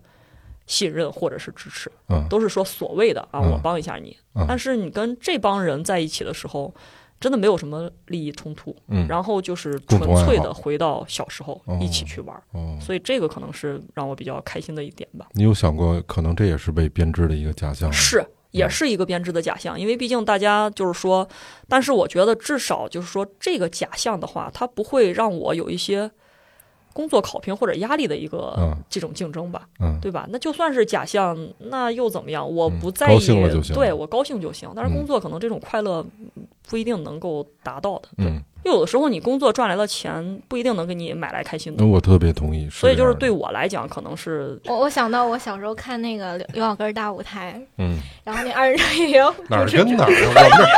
C: 信任或者是支持，
A: 嗯
C: 都是说所谓的啊，
A: 嗯
C: 我帮一下你
A: 嗯。
C: 但是你跟这帮人在一起的时候，真的没有什么利益冲突，
A: 嗯
C: 然后就是
A: 共
C: 纯
A: 同爱好
C: 粹的回到小时候
A: 哦
C: 一起去玩儿，
A: 哦，
C: 所以这个可能是让我比较开心的一点吧。
A: 你有想过可能这也是被编织的一个假象吗？
C: 是，
A: 嗯
C: 也是一个编织的假象，因为毕竟大家就是说，但是我觉得至少就是说这个假象的话，它不会让我有一些工作考评或者压力的一个
A: 嗯
C: 这种竞争吧，
A: 嗯
C: 对吧？那就算是假象，那又怎么样？我
A: 嗯
C: 不在
A: 高
C: 意，
A: 兴了就行
C: 对我高兴就行。但
A: 嗯
C: 是工作可能这种快乐嗯不一定能够达到的，
A: 嗯，
C: 因为有的时候你工作赚来的钱不一定能给你买来开心
A: 那
C: 的。
A: 我特别同意，
C: 所以就是
A: 这
C: 对
A: 样的
C: 我来讲，可能是
E: 我我想到我小时候看那个刘刘老根儿大舞台，
A: 嗯
E: *laughs* 然后那二人转也有
A: 哪儿跟哪儿啊，我们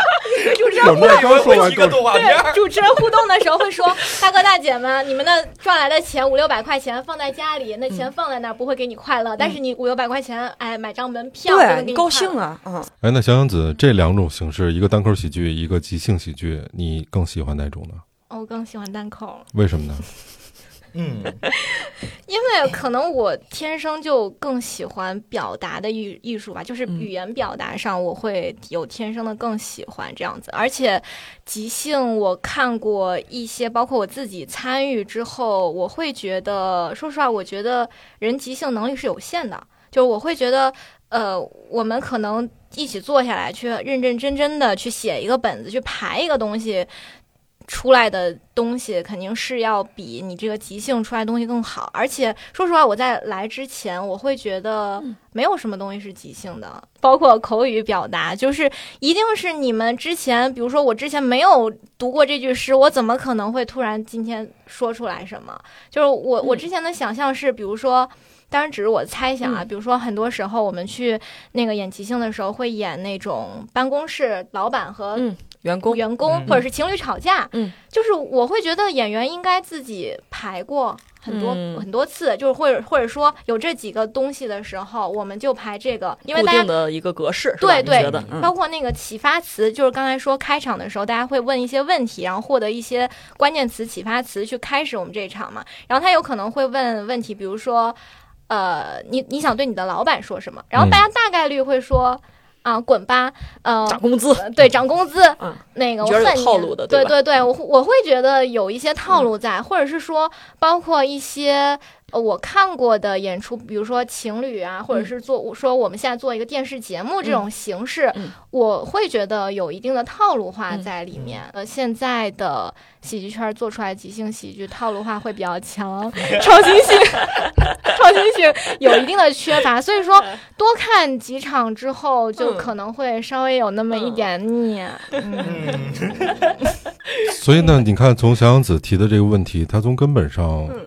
C: *laughs*
E: 主持
A: 我们这刚
F: 我
A: 说
F: 以为
A: 完
F: 一个
A: 够
F: 动画片
E: *laughs*
F: 儿，
E: 主持人互动的时候
C: *laughs*
E: 会说：“大哥大姐们，你们的赚来的钱五六百块钱放在家里，那
C: 嗯
E: 钱放在那儿不会给你快乐，但是你五六百块钱，哎，买张门票就能给
C: 对，
E: 你
C: 你高
E: 快乐
C: 兴啊，嗯，
A: 哎，那小杨子这两种形式，一个单口喜剧，一个即兴喜剧，你更喜欢哪种呢？
E: 哦我更喜欢单口，
A: 为什么
C: *laughs*
A: 呢？
F: 嗯，
E: 因为可能我天生就更喜欢表达的艺艺术吧，就是
C: 嗯
E: 语言表达上我会有天生的更喜欢这样子。而且即兴我看过一些，包括我自己参与之后，我会觉得，说实话，我觉得人即兴能力是有限的，就是我会觉得，呃，我们可能一起坐下来，去认认真真的去写一个本子，去排一个东西。出来的东西肯定是要比你这个即兴出来的东西更好，而且说实话，我在来之前，我会觉得没有什么东西是即兴的，包括口语表达，就是一定是你们之前，比如说我之前没有读过这句诗，我怎么可能会突然今天说出来什么？就是我我之前的想象是，比如说。当然只是我猜想啊，比如说很多时候我们去那个演即兴的时候，会演那种办公室老板和
C: 嗯员工，
E: 员工
F: 嗯
E: 或者是情侣吵架，
C: 嗯，
E: 就是我会觉得演员应该自己排过很多、
C: 嗯
E: 很多次，就是或者或者说有这几个东西的时候，我们就排这个，因为
C: 固
E: 大
C: 定
E: 家。
C: 的一个格式，是吧
E: 对
C: 你
E: 对
C: 觉得，嗯
E: 包括那个启发词，就是刚才说开场的时候，大家会问一些问题，然后获得一些关键词、启发词去开始我们这一场嘛。然后他有可能会问问题，比如说，呃，你你想对你的老板说什么？然
C: 嗯
E: 后大家大概率会说，啊，滚吧，呃，
C: 涨工资，
E: 呃对，涨工资，
C: 嗯
E: 那个
C: 你觉
E: 我
C: 得有
E: 恨你
C: 套路的对
E: 对
C: 吧嗯
E: 对对，我会我会觉得有一些套路在，或者是说包括一些。呃我看过的演出，比如说情侣啊，或者
C: 嗯
E: 是做、我说我们现在做一个电视节目这种形式，
C: 嗯
E: 我会觉得有一定的套路化在里面。呃，现在的喜剧圈做出来即兴喜剧套路化会比较强，创新性 *laughs* 创新性有一定的缺乏，所以说多看几场之后，就
C: 嗯
E: 可能会稍微有那么一点腻。
A: 所以呢，你看从小杨子提的这个问题，他从根本上
C: 嗯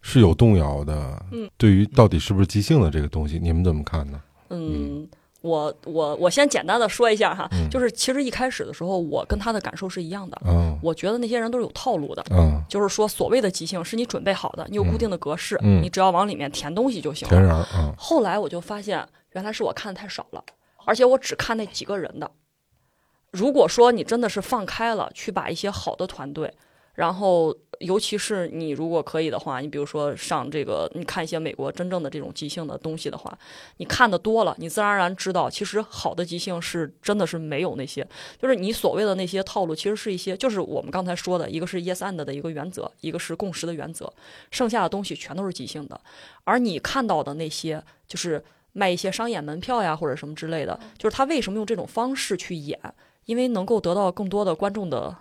A: 是有动摇的。
C: 嗯，
A: 对于到底是不是即兴的这个东西，你们怎么看呢？
C: 嗯，我我我先简单的说一下哈，
A: 嗯
C: 就是其实一开始的时候，我跟他的感受是一样的，
A: 嗯
C: 我觉得那些人都是有套路的。
A: 嗯，
C: 就是说，所谓的即兴是你准备好的，你有固定的格式，
A: 嗯
C: 你只要往里面填东西就行
A: 田
C: 了。
A: 然啊，
C: 后来我就发现，原来是我看的太少了，而且我只看那几个人的。如果说你真的是放开了，去把一些好的团队，然后尤其是你如果可以的话，你比如说上这个，你看一些美国真正的这种即兴的东西的话，你看的多了，你自然而然知道，其实好的即兴是真的是没有那些，就是你所谓的那些套路，其实是一些，就是我们刚才说的，一个是 yes and 的一个原则，一个是共识的原则，剩下的东西全都是即兴的。而你看到的那些，就是卖一些商演门票呀或者什么之类的，就是他为什么用这种方式去演？因为能够得到更多的观众的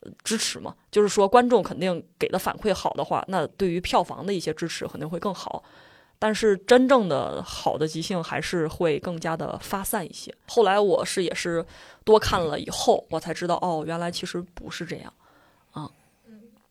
C: 呃支持嘛，就是说观众肯定给的反馈好的话，那对于票房的一些支持肯定会更好。但是真正的好的即兴还是会更加的发散一些。后来我是也是多看了以后，我才知道哦，原来其实不是这样啊，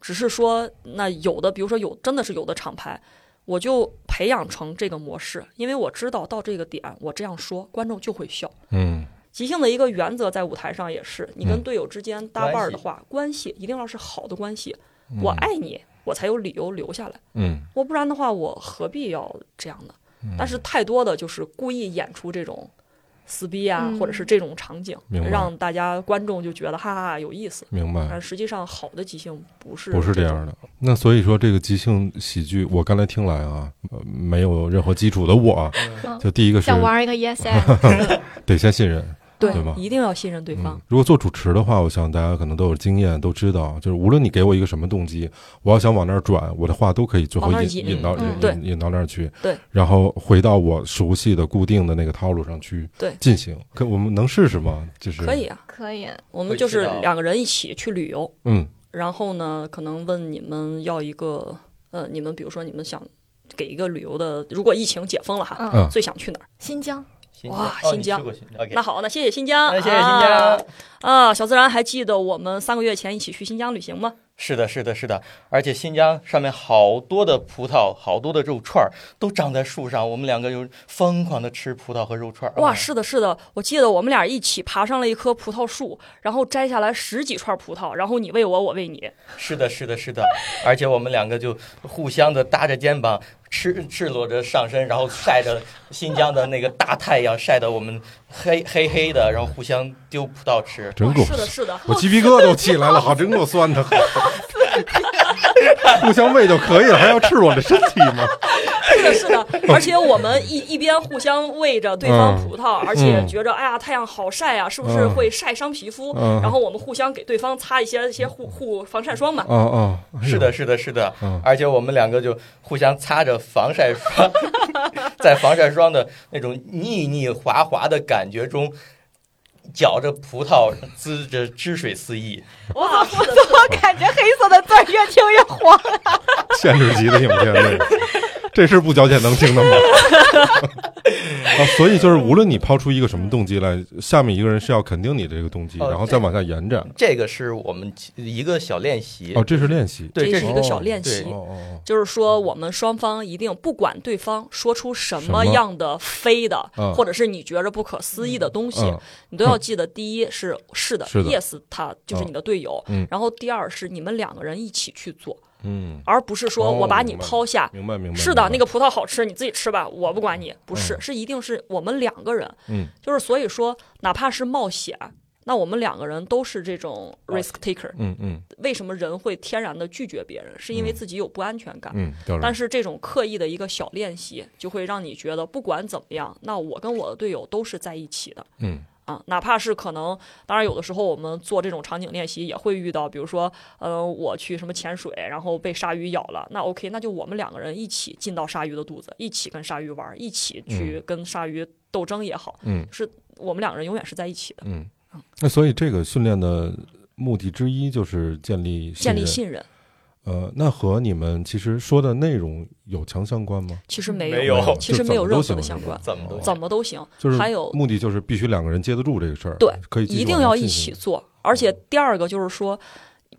C: 只是说那有的，比如说有真的是有的厂牌，我就培养成这个模式，因为我知道到这个点我这样说，观众就会笑。
A: 嗯
C: 即兴的一个原则在舞台上也是，你跟
A: 嗯
C: 队友之间搭伴儿的话，关系一定要是好的关系。我爱你，我才有理由留下来。
A: 嗯
C: 我不然的话，我何必要这样呢？但是太多的就是故意演出这种撕逼啊，
E: 嗯
C: 或者是这种场景，
A: 明白
C: 让大家观众就觉得哈哈哈有意思。
A: 明白
C: 但。实际上，好的即兴不是
A: 不是这
C: 种
A: 样的。那所以说，这个即兴喜剧，我刚才听来啊，呃没有任何基础的我啊，
C: 嗯
A: 就第一个是
E: 想玩一个 E yes and，
A: 得先信任，
C: 对
A: 对吧
C: 一定要信任对方
A: 嗯。，如果做主持的话，我想大家可能都有经验，都知道，就是无论你给我一个什么动机，我要想往那儿转，我的话都可以最后
C: 往那儿
A: 引
C: 引
A: 引到
C: 嗯
A: 引
C: 对
A: 引引到那儿去，
C: 对，
A: 然后回到我熟悉的固定的那个套路上去，
C: 对
A: 进行。可我们能试试吗？嗯就是
C: 可以，啊，
E: 可以。
C: 我们
F: 会
C: 就是
F: 知道
C: 两个人一起去旅游，
A: 嗯
C: 然后呢，可能问你们要一个，呃，你们比如说你们想给一个旅游的，如果疫情解封了哈，
E: 嗯，
A: 嗯
C: 最想去哪儿？
E: 新疆
F: 新疆
C: 哇
F: 哦
C: 新疆
F: 你去过新疆，OK，
C: 那好，那谢谢新疆，
F: 那谢谢新
C: 啊
F: 疆，
C: 啊！小自然还记得我们三个月前一起去新疆旅行吗？
F: 是的，是的，是的，而且新疆上面好多的葡萄，好多的肉串儿都长在树上，我们两个就疯狂的吃葡萄和肉串儿。
C: 哇，
F: 嗯
C: 是的，是的，我记得我们俩一起爬上了一棵葡萄树，然后摘下来十几串葡萄，然后你喂我，我喂你。
F: 是的，是的，是的，而且我们两个就互相的搭着肩膀，赤赤裸着上身，然后晒着新疆的那个大太阳，晒得我们黑黑黑的，然后互相丢葡萄吃。
A: 真
C: 哇
A: 够
C: 是的，是的，
A: 我鸡皮疙瘩都起
C: *laughs*
A: 来了，好，真够酸的。 *laughs* 互相喂就可以了，还要赤裸着身体
F: *laughs*
A: 吗？
C: 是的，
A: *laughs*
C: 是的，而且我们一一边互相喂着对方
A: 嗯
C: 葡萄，而且
A: 嗯
C: 觉着哎呀太阳好晒啊，是不是
A: 嗯
C: 会晒伤皮肤？
A: 嗯
C: 然后我们互相给对方擦一些一些护护防晒霜嘛。
A: 啊啊，哎呦
F: 是的，，是的，是的
A: 嗯，
F: 而且我们两个就互相擦着防晒霜， *laughs* 在防晒霜的那种腻腻滑滑的感觉中，嚼着葡萄，滋着汁水四溢。
C: 哇，是的，
E: 我 *laughs* 感觉黑色的字儿越听越黄。
A: 限制级的影片这个，这是不交钱能
C: *laughs*
A: 听的吗？啊，所以就是无论你抛出一个什么动机来，下面一个人是要肯定你这个动机，
F: 哦
A: 然后再往下延展。
F: 这个是我们一个小练习
A: 哦，，这是练习。
F: 对，
C: 这
F: 这
C: 是
F: 是
C: 一个小练
F: 对
C: 习
A: 哦。哦
C: 就是说，我们双方一定不管对方说出什
A: 什么
C: 么样的非的，
A: 嗯
C: 或者是你觉着不可思议的东西，
A: 哦，
C: 你都要记得，第一是是的
A: 是的
C: y e s 他就是你的队友，
A: 嗯
C: 然后第二是你们两个人一起去做，
A: 嗯嗯，
C: 而不是说
A: 哦
C: 我把你
A: 明白
C: 抛下。
A: 明白明白。
C: 是的，那
A: 明
C: 个葡萄好吃，你自己吃吧，我不管你。不是，是一定是我们两个人，
A: 嗯，
C: 就是所以说，哪怕是冒险，那我们两个人都是这种 risk taker。
A: 白嗯嗯
C: 为什么人会天然的拒绝别人？是因为
A: 嗯
C: 自己有不安全感。
A: 嗯，当然
C: 但。是这种刻意的一个小练习，就会让你觉得不管怎么样，那我跟我的队友都是在一起的
A: 嗯
C: 啊，哪怕是可能，当然有的时候我们做这种场景练习也会遇到，比如说，呃，我去什么潜水，然后被鲨鱼咬了，那 OK，那就我们两个人一起进到鲨鱼的肚子，一起跟鲨鱼玩，一起去跟鲨鱼斗争也好，
A: 嗯
C: 是我们两个人永远是在一起的，
A: 嗯，那所以这个训练的目的之一就是建立
C: 建立
A: 任。
C: 信任。
A: 呃，那和你们其实说的内容有强相关吗？
C: 其实没
F: 没
C: 有，
F: 有
C: 哎其实没有任何
A: 就
C: 的
A: 怎
C: 相
A: 么都行
C: 关，
F: 怎么都
C: 怎么都行。
A: 就是
C: 还有
A: 目的就是必须两个人接得住这个事儿，
C: 对，
A: 可以继续
C: 一定
A: 往下
C: 要一
A: 进
C: 起
A: 行。嗯
C: 做。而且第二个就是说，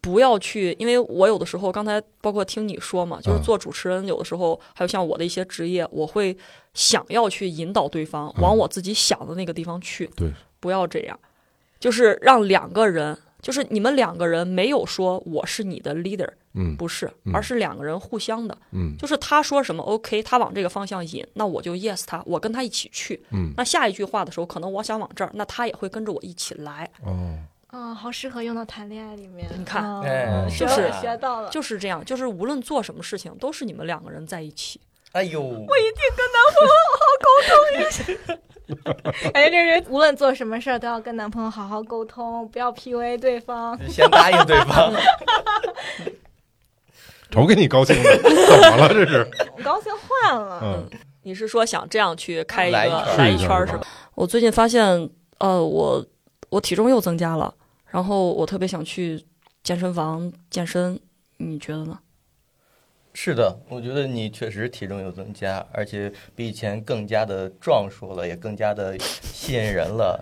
C: 不要去，因为我有的时候刚才包括听你说嘛，就是
A: 嗯
C: 做主持人，有的时候还有像我的一些职业，我会想要去引导对方
A: 嗯
C: 往我自己想的那个地方去。
A: 对，
C: 不要这样，就是让两个人，就是你们两个人没有说我是你的 leader，
A: 嗯
C: 不是，
A: 嗯
C: 而是两个人互相的，
A: 嗯
C: 就是他说什么 OK，他往这个方向引，那我就 yes 他，我跟他一起去。
A: 嗯，
C: 那下一句话的时候，可能我想往这儿，那他也会跟着我一起来。
A: 哦，
E: 嗯，好适合用到谈恋爱里面。
C: 你看
E: 嗯
F: 哎，
A: 就是
E: 学到学到了。
C: 就是这样，就是无论做什么事情，都是你们两个人在一起。
F: 哎呦，我
E: 感觉这人无论做什么事儿都要跟男朋友好好沟通，不要 PUA 对方。
F: 先答应对方，
A: 瞅给你高兴的，怎么了 *laughs* 这是？
E: 我高兴坏了，
A: 嗯
C: 你是说想这样去开一个
F: 来一圈儿
C: 来
A: 是
C: 一
A: 一圈
C: 圈
A: 儿
C: 儿是吧？我最近发现，呃，我我体重又增加了，然后我特别想去健身房健身，你觉得呢？
F: 是的，我觉得你确实体重有增加，而且比以前更加的壮硕了，也更加的吸引人了。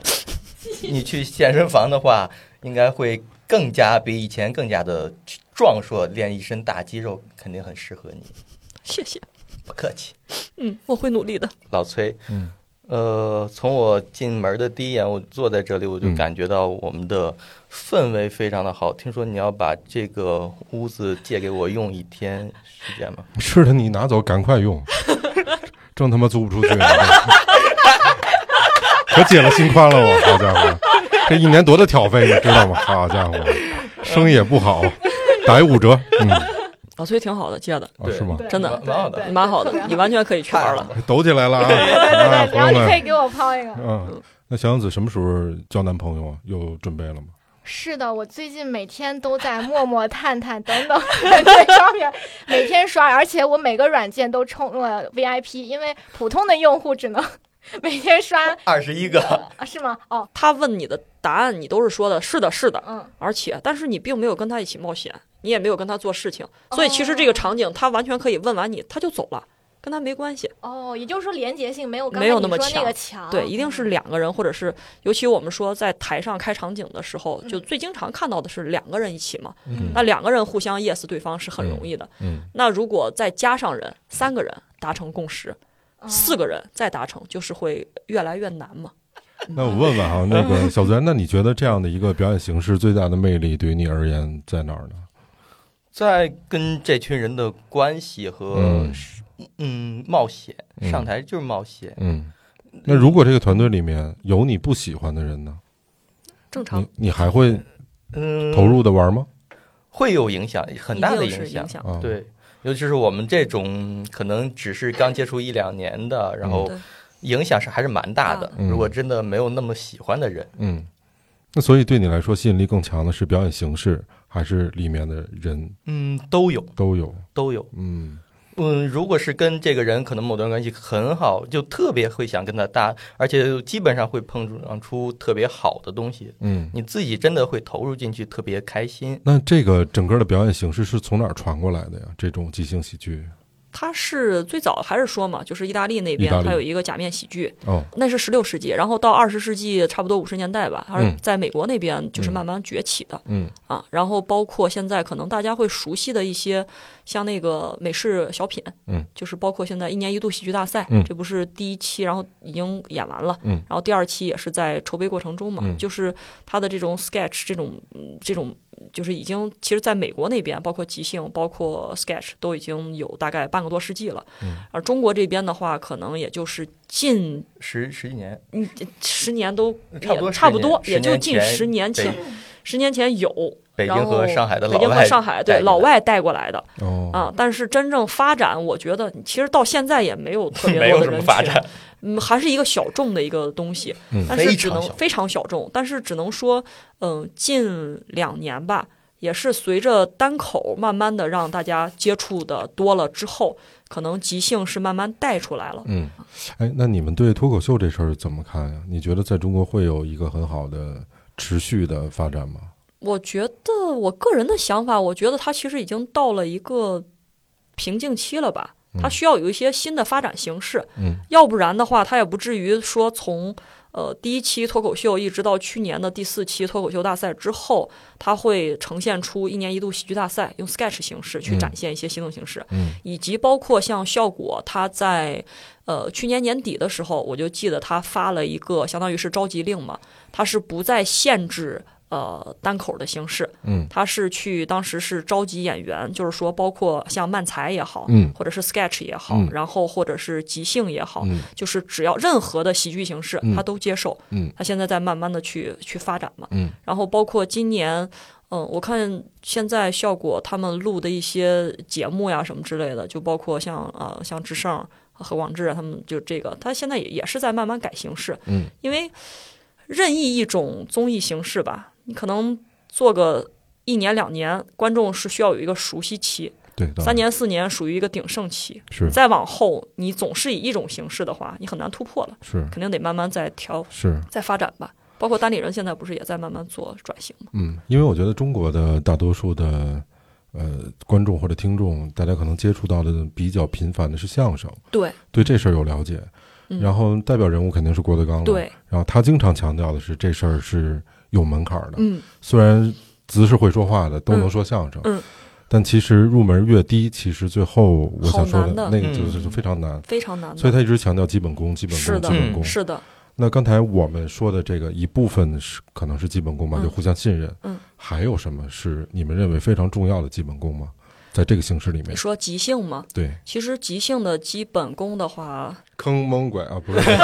F: 你去健身房的话，应该会更加比以前更加的壮硕，练一身大肌肉，肯定很适合你。
C: *laughs* 谢谢，
F: 不客气，
C: 嗯，我会努力的。
F: 老崔。
A: 嗯
F: 呃，从我进门的第一眼，我坐在这里，我就
A: 嗯
F: 感觉到我们的氛围非常的好。听说你要把这个屋子借给我用一天时间
C: 嗯
F: 吗？
A: 是的，你拿走，赶快
C: *laughs*
A: 用，真他妈租不出去， *laughs* 可解了心宽了我，好家伙，这一年多大挑费你知道吗？好家伙，生意也不好，打一五折，嗯，
C: 老崔啊挺好的，借的
A: 哦是吗？
E: 对
C: 真的
F: 蛮蛮好的
E: 对对
C: 蛮好的
E: 特别，好
C: 你完全可以去玩了。
A: 抖起来了啊！
E: 对
A: 啊，
E: 对，
A: 朋
E: 然
A: 友
E: 后你可
A: 们，
E: 以给我抛一个。
A: 嗯，那小杨子什么时候交男朋友啊？有准备了吗？
E: 是的，我最近每天都在陌陌、探探等等这上面每天刷，而且我每个软件都充了 VIP，因为普通的用户只能 *laughs* 每天刷，
F: 二十一个。
E: 啊、是吗？哦，
C: 他问你的答案，你都是说的是的，是的，
E: 嗯，
C: 而且但是你并没有跟他一起冒险，你也没有跟他做事情，所以其实这个场景他完全可以问完你，他就走了。跟他没关系。
E: 哦，也就是说连结性没有刚才
C: 没有那么
E: 你说那个强
C: 对，一定是两个人，或者是尤其我们说在台上开场景的时候，就最经常看到的是两个人一起嘛。
A: 嗯
C: 那两个人互相 yes 对方是很容易的。
A: 嗯
C: 那如果再加上人，三个人达成共识，
E: 嗯
C: 四个人再达成，就是会越来越难嘛。
A: *laughs* 那我问问啊，那个小泽，那你觉得这样的一个表演形式最大的魅力对于你而言在哪儿呢？
F: 在跟这群人的关系和
A: 嗯
F: 是嗯冒险，
A: 嗯
F: 上台就是冒险。
A: 嗯，那如果这个团队里面有你不喜欢的人呢，
C: 正常
A: 你你还会
F: 嗯，
A: 投入的玩吗？
F: 会有影响，很大的
C: 一定是
F: 响
C: 影。响。
A: 啊，，
F: 对，尤其是我们这种可能只是刚接触一两年的，然后
C: 嗯对
F: 影响是还是蛮大的。
A: 嗯
F: 如果真的没有那么喜欢的人，
A: 嗯，那所以对你来说吸引力更强的是表演形式，还是里面的人
F: 嗯，都有
A: 都有？
F: 都有。
A: 嗯
F: 嗯，如果是跟这个人可能某段关系很好，就特别会想跟他搭，而且基本上会碰撞出特别好的东西，
A: 嗯。
F: 你自己真的会投入进去，特别开心。
A: 那这个整个的表演形式是从哪儿传过来的呀？这种即兴喜剧
C: 他是最早还是说嘛，就是意大利那
A: 意大
C: 边
A: 利
C: 它有一个假面喜剧，
A: 哦，
C: 那是十六世纪，然后到二十世纪差不多五十年代吧，它是
A: 嗯
C: 在美国那边就是
A: 嗯
C: 慢慢崛起的。
A: 嗯
C: 啊，然后包括现在可能大家会熟悉的一些，像那个美式小品，
A: 嗯，
C: 就是包括现在一年一度喜剧大赛，
A: 嗯
C: 这不是第一期，然后已经演完了，
A: 嗯，
C: 然后第二期也是在筹备过程中嘛，
A: 嗯
C: 就是它的这种 sketch 这种嗯这种就是已经其实在美国那边，包括即兴，包括 sketch 都已经有大概半个多世纪了，
A: 嗯，
C: 而中国这边的话，可能也就是近
F: 十十几年，
C: 十年都
F: 嗯差不多
C: 也差不
F: 10年
C: 多，也
F: 10
C: 就
F: 年
C: 近
F: 前
C: 十年
F: 北
C: 前，十年前有，
F: 北京
C: 然后
F: 和上海的
C: 北
F: 老
C: 京
F: 外
C: 和上海对
F: 带嗯
C: 老
F: 的
C: 外带过来的
A: 哦
C: 啊，但是真正发展，我觉得其实到现在也没有特别
F: *laughs* 没
C: 多
F: 有
C: 的
F: 什么
C: 人
F: 发
C: 群
F: 展，
C: 嗯，还是一个小众的一个东西，
A: 嗯
C: 但是
F: 非
C: 只
F: 常
C: 能
F: 小众
C: 非常小众，但是只能说，嗯，近两年吧，也是随着单口慢慢的让大家接触的多了之后，可能即兴是慢慢带出来了。
A: 嗯，哎，那你们对脱口秀这事儿怎么看呀？你觉得在中国会有一个很好的持续的发展吗？
C: 我觉得我个人的想法，我觉得它其实已经到了一个瓶颈期了吧。它
A: 嗯
C: 需要有一些新的发展形式，
A: 嗯
C: 要不然的话，它也不至于说从呃第一期脱口秀一直到去年的第四期脱口秀大赛之后，它会呈现出一年一度喜剧大赛，用 sketch 形式去
A: 嗯
C: 展现一些新的形式。
A: 嗯
C: 以及包括像效果，他在呃去年年底的时候，我就记得他发了一个相当于是召集令嘛，他是不再限制。呃，单口的形式，
A: 嗯
C: 他是去当时是召集演员，就是说包括像漫才也好，
A: 嗯
C: 或者是 sketch 也好，
A: 嗯
C: 然后或者是即兴也好，
A: 嗯
C: 就是只要任何的喜剧形式，
A: 嗯
C: 他都接受。
A: 嗯
C: 他现在在慢慢的去去发展嘛。
A: 嗯
C: 然后包括今年，嗯，我看现在效果他们录的一些节目呀什么之类的，就包括像呃像智胜和广志啊他们就这个，他现在也也是在慢慢改形式，
A: 嗯，
C: 因为任意一种综艺形式吧，你可能做个一年两年，观众是需要有一个熟悉期，
A: 对，当然
C: 三年四年属于一个鼎盛期，
A: 是
C: 再往后你总是以一种形式的话，你很难突破了，
A: 是
C: 肯定得慢慢再调
A: 是，
C: 再发展吧。包括单立人现在不是也在慢慢做转型吗？
A: 嗯，因为我觉得中国的大多数的呃观众或者听众，大家可能接触到的比较频繁的是相声，
C: 对，
A: 对这事儿有了解。
C: 嗯
A: 然后代表人物肯定是郭德纲了，
C: 对。
A: 然后他经常强调的是这事儿是有门槛儿的，
C: 嗯，
A: 虽然子是会说话的，都能
C: 嗯
A: 说相声，
C: 嗯
A: 但其实入门越低，其实最后我想说
C: 好难的
A: 那个就是
F: 嗯
A: 非常难。
C: 非常难
A: 所以嗯
C: 的。
A: 他一直强调基本功，基本
C: 是
A: 功，
C: 的
A: 基本功。
C: 是的，
A: 那刚才我们说的这个一部分是可能是基本功吧，
C: 嗯
A: 就互相信任。
C: 嗯，
A: 还有什么是你们认为非常重要的基本功吗？在这个形式里
C: 你
A: 面，
C: 说即兴吗？
A: 对，
C: 其实即兴的基本功的话，
A: 坑蒙拐啊，不是，就是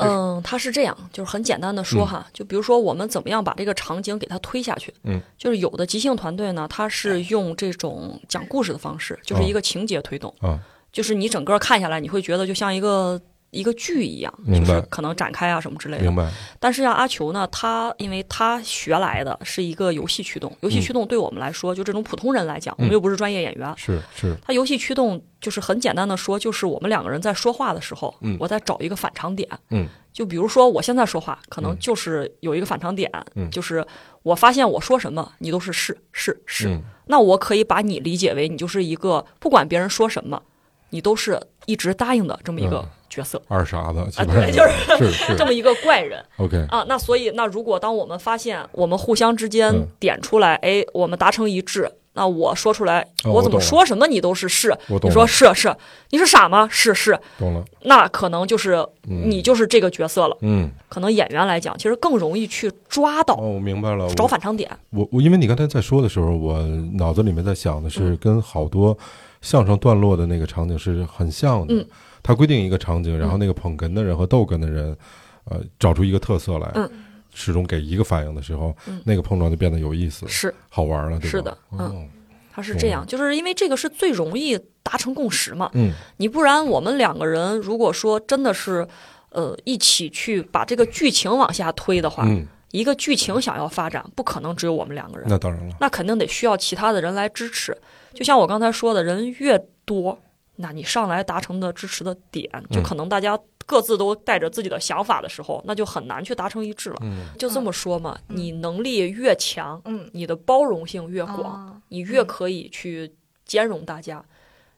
C: 嗯，它是这样，就是很简单的说哈，就比如说我们怎么样把这个场景给它推下去。
A: 嗯，
C: 就是有的即兴团队呢，它是用这种讲故事的方式，
A: 哦
C: 就是一个情节推动，
A: 啊，
C: 就是你整个看下来，你会觉得就像一个一个剧一样，
A: 明
C: 就是
A: 白
C: 可能展开啊什么之类的
A: 明。白，
C: 但是像阿球呢，他因为他学来的是一个游戏驱动，
A: 嗯
C: 游戏驱动对我们来说，就这种普通人来讲，我们又不是专业演员，
A: 是是，
C: 它游戏驱动就是很简单的说，就是我们两个人在说话的时候，
A: 嗯
C: 我在找一个反常点。
A: 嗯，
C: 就比如说我现在说话，可能
A: 嗯
C: 就是有一个反常点，
A: 嗯
C: 就是我发现我说什么，你都是是是是。
A: 嗯
C: 那我可以把你理解为你就是一个不管别人说什么，你都是一直答应的这么一个
A: 嗯
C: 角色，
A: 二傻子，基
C: 啊，
A: 本
C: 对，
A: 上
C: *laughs* 就是
A: 是是
C: 这么一个怪人
A: OK，
C: 啊。那所以，那如果当我们发现我们互相之间
A: 嗯
C: 点出来，哎，我们达成一致，那我说出来，
A: 哦
C: 我
A: 我
C: 怎
A: 懂
C: 么
A: 了
C: 说什么你都是是，
A: 我懂
C: 你
A: 了
C: 说是是，你是傻吗？是是，
A: 懂了，
C: 那可能就是
A: 嗯
C: 你就是这个角色了。
A: 嗯，
C: 可能演员来讲，其实更容易去抓到
A: 哦，我明白了，我
C: 找反常点。
A: 我我因为你刚才在说的时候，我脑子里面在想的是
C: 嗯
A: 跟好多相声段落的那个场景是很像的。
C: 嗯
A: 他规定一个场景，然后那个捧哏的人和逗哏的人，呃，找出一个特色来，
C: 嗯
A: 始终给一个反应的时候，
C: 嗯
A: 那个碰撞就变得有意思、
C: 是，
A: 好玩嗯了，对吧？
C: 是的嗯
A: 哦
C: 他是这样，就是因为这个是最容易达成共识嘛。
A: 嗯
C: 你不然我们两个人如果说真的是，呃，一起去把这个剧情往下推的话，
A: 嗯，
C: 一个剧情想要发展，不可能只有我们两个人，
A: 那当然了，
C: 那肯定得需要其他的人来支持。就像我刚才说的，人越多，那你上来达成的支持的点，
A: 嗯
C: 就可能大家各自都带着自己的想法的时候，那就很难去达成一致了。
A: 嗯
C: 就这么说嘛，你能力越强，
E: 嗯，
C: 你的包容性越广，
E: 哦
C: 你越可以去兼容大家。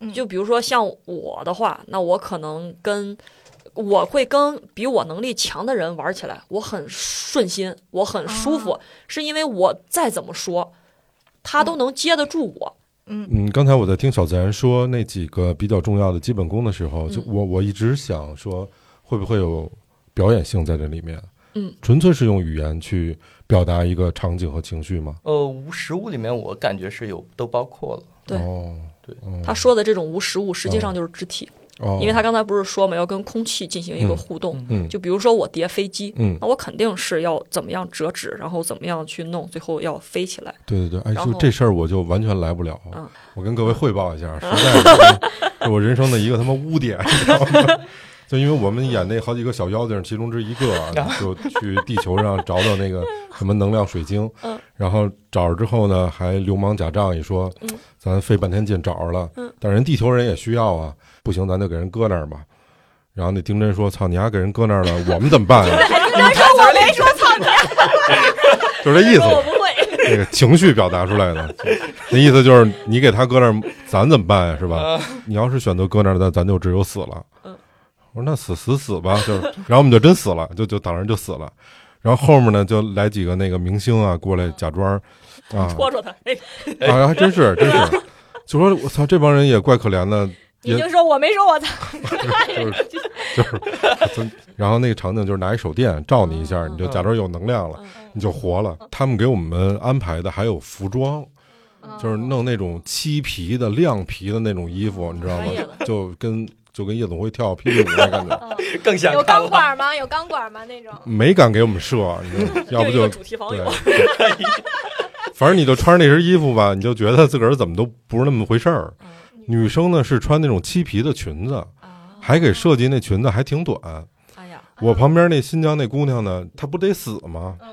E: 嗯
C: 就比如说像我的话，那我可能跟我会跟比我能力强的人玩起来，我很顺心，我很舒服，是因为我再怎么说，他都能接得住我。
A: 嗯。刚才我在听小自然说那几个比较重要的基本功的时候，就
C: 嗯
A: 我我一直想说，会不会有表演性在这里面？
C: 嗯，
A: 纯粹是用语言去表达一个场景和情绪吗？
F: 呃，无实物里面我感觉是有都包括了。
C: *laughs* 对
A: 哦，
F: 对
A: 嗯
C: 他说的这种无实物，实际上就是肢体，
A: 哦，
C: 因为他刚才不是说嘛，要跟空气进行一个互动。
A: 嗯
C: 就比如说我叠飞机，
A: 嗯，
C: 那我肯定是要怎么样折纸，然后怎么样去弄，最后要飞起来。
A: 对对对，哎，
C: 然
A: 就
C: 后
A: 这事儿我就完全来不了
C: 嗯。
A: 我跟各位汇报一
C: *laughs*
A: 下，实在是是我人生的一个他妈污点， *laughs* 你知道吗？就因为我们演那好几个小妖精，其中之一个
C: *laughs*
A: 啊，就去地球上找找那个什么能量水
C: *laughs*
A: 晶，
C: 嗯
A: 然后找着之后呢，还流氓假仗义说，
C: 嗯
A: 咱费半天劲找着了，但人地球人也需要啊，不行咱就给人搁那儿吧。然后那丁真说：“操，你还给人搁那儿了，我们怎么办呀、啊丁真说：“我没说，操你。” *laughs* 就是这意思。
E: *laughs*
C: 我不会，
A: 那个情绪表达出来的，那意思就是你给他搁那儿，咱怎么办呀？是吧？你要是选择搁那儿，那咱就只有死了。
C: 嗯
A: 我说那死死死吧，就是，然后我们就真死了，就就当然就死了。然后后面呢，就来几个那个明星啊过来假装啊
C: 戳戳他。哎，
A: 啊，还真是真是，就说我操，这帮人也怪可怜的，也
E: 你就说我没说我操，
A: 就是就是，真然后那个场景就是拿一手电照你一
C: 嗯
A: 下，你就假装有能量了，你就活了。他们给我们安排的还有服装，
C: 嗯
A: 就是弄那种漆皮的、亮皮的那种衣服，你知道吗
C: 专业的？
A: 就跟就跟夜总会跳霹雳舞那感
C: 嗯
A: 觉，
F: 更想
E: 有
F: 看
E: 钢
F: 了。
E: 管吗？有钢管吗？那种
A: 没敢给我们设，啊你知道吗要不
C: 嗯就一
A: 就
C: 个主题房
A: 对
C: 有。
A: 反正你就穿着那身衣服吧，你就觉得自个儿怎么都不是那么回事儿。
C: 嗯
A: 女生呢是穿那种漆皮的裙子，
C: 啊，
A: 还给设计那裙子还挺短。
C: 哎呀，
A: 我旁边那新疆那姑娘呢，她不得死吗？
E: 我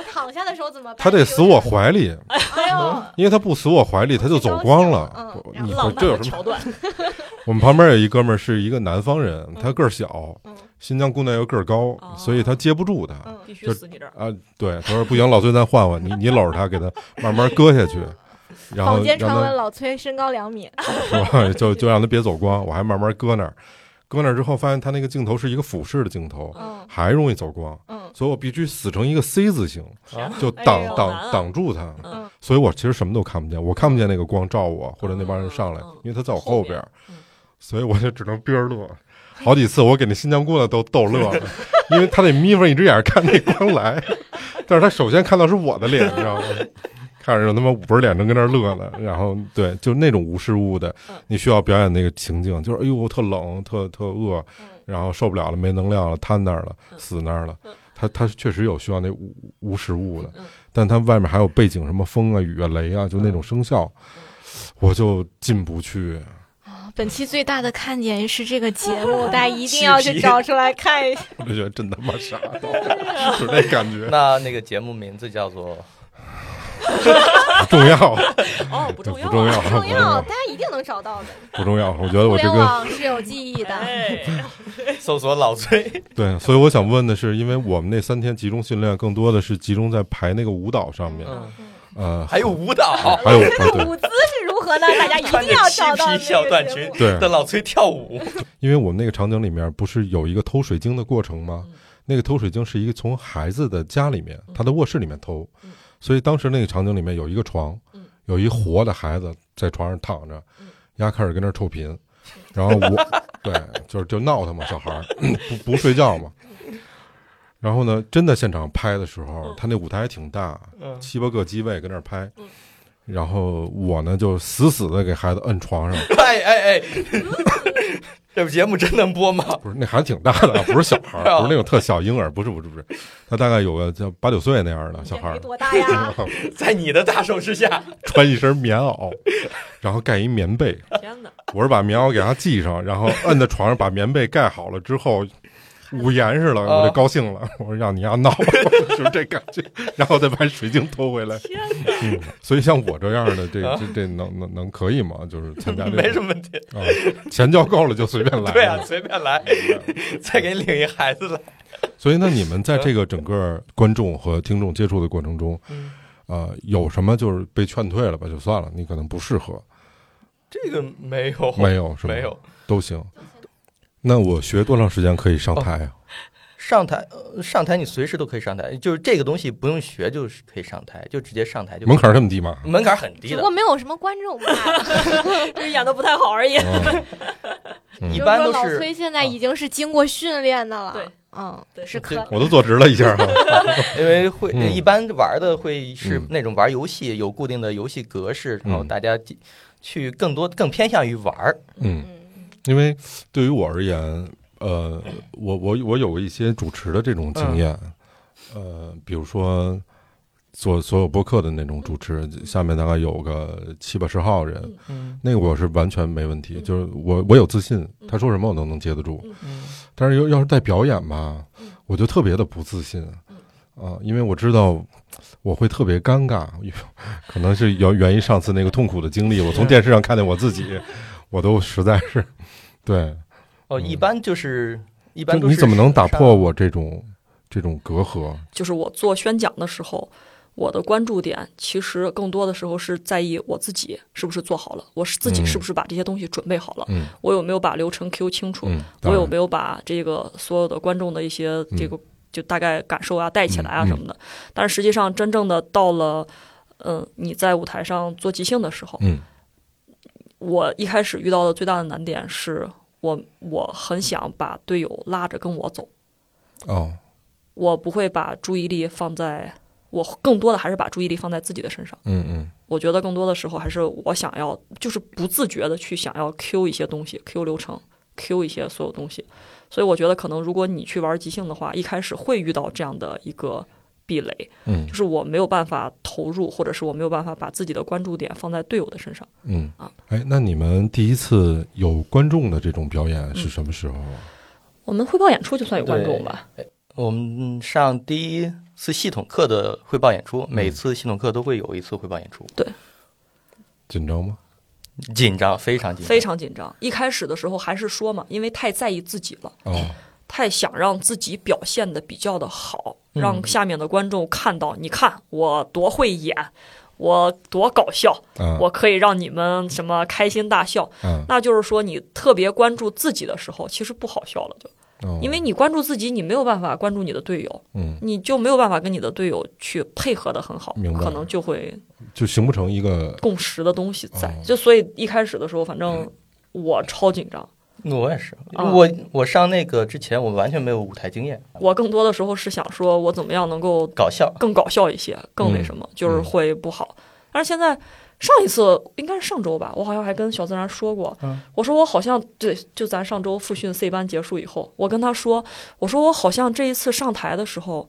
E: 嗯躺下的时候怎么办？
A: 她得死我怀里，
E: 哎呦，
A: 因为她不死我怀里，她就走光了
E: 嗯。
A: 你
C: 浪
A: 会
C: 漫
A: 这
C: 的
A: 有什么
C: 桥段，
A: 我们旁边有一哥们儿是一个南方人，他个儿小，新疆姑娘又个儿高，所以他接不住他。
C: 必须
A: 就
C: 死你这儿。
A: 啊，对，他说不行，老崔，咱换换，你你搂着他，给他慢慢搁下去，然后
E: 坊间
A: 让
E: 传闻
A: 他
E: 老崔身高两米，
A: 是吧？ *laughs* 就就让他别走光，我还慢慢搁那儿，搁那儿之后发现他那个镜头是一个俯视的镜头，
E: 嗯
A: 还容易走光，
E: 嗯
A: 所以我必须死成一个 C 字形，
F: 啊
A: 就挡、
E: 哎呦
C: 好难啊
A: 挡挡住他，
C: 嗯
A: 所以我其实什么都看不见，我看不见那个光照我或者那帮人上来，
C: 嗯嗯
A: 因为他在我
C: 后
A: 后边儿，
C: 嗯
A: 所以我就只能憋着乐。好几次我给那新疆姑娘都逗乐了， *laughs* 因为她得眯缝一只眼看那光来， *laughs* 但是她首先看到是我的脸，你知道吗？看着有他妈捂着脸正跟那儿乐呢，然后对，就那种无实物的
C: 嗯，
A: 你需要表演那个情境，就是哎呦特冷，特特饿，
C: 嗯
A: 然后受不了了，没能量了，瘫那儿了，死那儿了。他他确实有需要那无无实物的
C: 嗯，
A: 但他外面还有背景，什么风啊、雨啊、雷啊，就那种声效，我就进不去。
E: 本期最大的看点是这个节目，大家一定要去找出来看一下。
A: 我就觉得真他妈傻，就那感觉
F: 那那个节目名字叫做 *laughs*
A: 不重要，
C: 哦，
A: 不
C: 不
A: 重
C: 重
A: 要， *laughs*
C: 要，
A: 不重要，
E: 重要， *laughs* 大家一定能找到的。
A: 不重要。我觉得
E: 互
A: 哦我这
E: 联
A: 跟
E: 网是有记忆的， *laughs*
C: 哎，
F: 搜索老崔，
A: 对，所以我想问的是，因为我们那三天集中训练，更多的是集中在排那个舞蹈上面，
F: 嗯，
A: 呃，
F: 还有舞蹈，
C: *laughs*
A: 还有
E: 这
A: 啊
E: 个
A: 对
E: 舞姿是如何合呢？大家一
F: 穿
E: 定
F: 着
E: 要
F: 漆
E: 找到那
F: *laughs* 皮
E: 个
F: 小短
E: 节
F: 裙
E: 目
A: 对
F: 的老崔跳舞，
A: 因为我们那个场景里面不是有一个偷水晶的过程吗？那个偷水晶是一个从孩子的家里面，他的卧室里面偷，所以当时那个场景里面有一个床，有一活的孩子在床上躺着，丫开始跟那儿臭贫，然后我对就是就闹腾嘛，小孩儿不不睡觉嘛。然后呢，真的现场拍的时候，他那舞台还挺大，七八个机位跟那儿拍，然后我呢就死死的给孩子摁床上，
F: *laughs* 哎哎哎，这节目真能播吗？ *laughs*
A: 不是，那孩子挺大的，不是小孩
F: 是啊 *laughs*
A: 儿，不是那种特小婴儿，不是，不是，不是，他大概有个叫八九岁那样的小孩
E: 没
A: 儿，
E: 多大呀，
F: 在你的大手之下，
A: 穿一身棉袄，然后盖一棉被。
C: 天哪，
A: 我是把棉袄给他系上，然后摁在床上，把棉被盖好了之后，五言似的，
F: 哦
A: 我就高兴了，我说让你丫闹， *laughs* 就是这感觉，然后再把水晶偷回来。嗯，所以像我这样的，这这这能能能可以吗？就是参加这个
F: 没什么问题。
A: 啊，钱交够了就随便来。
F: 对啊，随便来， *laughs* 再给你领一孩子来。
A: 所以，那你 *laughs* 们在这个整个观众和听众接触的过程中，呃，有什么就是被劝退了吧，就算了，你可能不适合，
F: 这个没有，
A: 哦没有是吗？
F: 没有
A: 都行。那我学多长时间可以上台啊？
F: 上台，呃上台你随时都可以上台，就是这个东西不用学，就是可以上台，就直接上台就可以
A: 门槛这么低吗？
F: 门槛很低
E: 只不
F: 的
E: 过，没有什么观众吧。
C: 就是演的不太好而已。
A: 嗯
F: 一
E: 就是
F: 般
E: 说
F: 都
E: 老
F: 是
E: 崔现在已经是经过训练的了，
C: 对，
E: 嗯，
C: 对
E: 是
F: 对
E: 可
A: 我都坐直了一下哈。
F: 因为会
A: 嗯
F: 一般玩的会是
A: 嗯
F: 那种玩游戏，有固定的游戏格式，然后
A: 嗯
F: 大家去去更多更偏向于玩儿。
A: 嗯，因为对于我而言，呃，我我我有一些主持的这种经验，
F: 嗯
A: 呃，比如说做所有播客的那种主持，下面大概有个七八十号人，
F: 嗯
A: 那个我是完全没问题，就是我我有自信，他说什么我都能接得住。
F: 嗯
A: 但是要要是带表演吧，我就特别的不自信，
F: 嗯
A: 啊，因为我知道我会特别尴尬，因为可能是源源于上次那个痛苦的经历，我从电视上看见我自己，我都实在是，对，
F: 哦，一般就是一
A: 嗯就
F: 般都
A: 你
F: 是
A: 怎么能打
F: 上
A: 破我这种这种隔阂？
C: *laughs* 就是我做宣讲的时候，我的关注点其实更多的时候是在意我自己是不是做好了，我是自己
A: 嗯
C: 是不是把这些东西准备好了，
A: 嗯
C: 我有没有把流程 Q 清楚，
A: 嗯，
C: 我
A: 当
C: 有
A: 然嗯
C: 没有把这个所有的观众的一些这个就大概感受啊带起来啊
A: 嗯嗯
C: 什么的。但是实际上，真正的到了，嗯，你在舞台上做即兴的时候，
A: 嗯
C: 我一开始遇到的最大的难点是我我很想把队友拉着跟我走，
A: 哦，
C: 我不会把注意力放在我更多的还是把注意力放在自己的身上。
A: 嗯嗯
C: 我觉得更多的时候还是我想要，就是不自觉的去想要 Q 一些东西，Q 流程，Q 一些所有东西。所以我觉得可能如果你去玩即兴的话，一开始会遇到这样的一个壁垒，
A: 嗯
C: 就是我没有办法投入，或者是我没有办法把自己的关注点放在队友的身上。
A: 嗯
C: 啊，
A: 哎，那你们第一次有观众的这种表演是什么时候啊？
C: 嗯我们汇报演出就算有观众吧，
F: 我们上第一次系统课的汇报演出，每次系统课都会有一次汇报演出，
A: 紧张吗？
F: 紧张，非常紧张，
C: 非常紧张。一开始的时候还是说嘛，因为太在意自己了，
A: 哦，
C: 太想让自己表现的比较的好，
A: 嗯
C: 让下面的观众看到，你看我多会演，我多搞笑，
A: 啊，
C: 我可以让你们什么开心大笑。
A: 啊，
C: 那就是说，你特别关注自己的时候，其实不好笑了就，
A: 哦
C: 因为你关注自己，你没有办法关注你的队友，
A: 嗯，
C: 你就没有办法跟你的队友去配合的很好
A: 明，白
C: 可能就会
A: 就形不成一个
C: 共识的东西在
A: 哦。嗯
C: 就所以一开始的时候，反正我超紧张。
F: 我也是，
C: 啊
F: 我我上那个之前我完全没有舞台经验，
C: 我更多的时候是想说，我怎么样能够
F: 搞笑，
C: 更搞笑一些，更那什么，就是会不好。但是现在上一次应该是上周吧，我好像还跟小自然说过，
F: 嗯
C: 我说我好像对，就咱上周复训 C 班结束以后，我跟他说，我说我好像这一次上台的时候，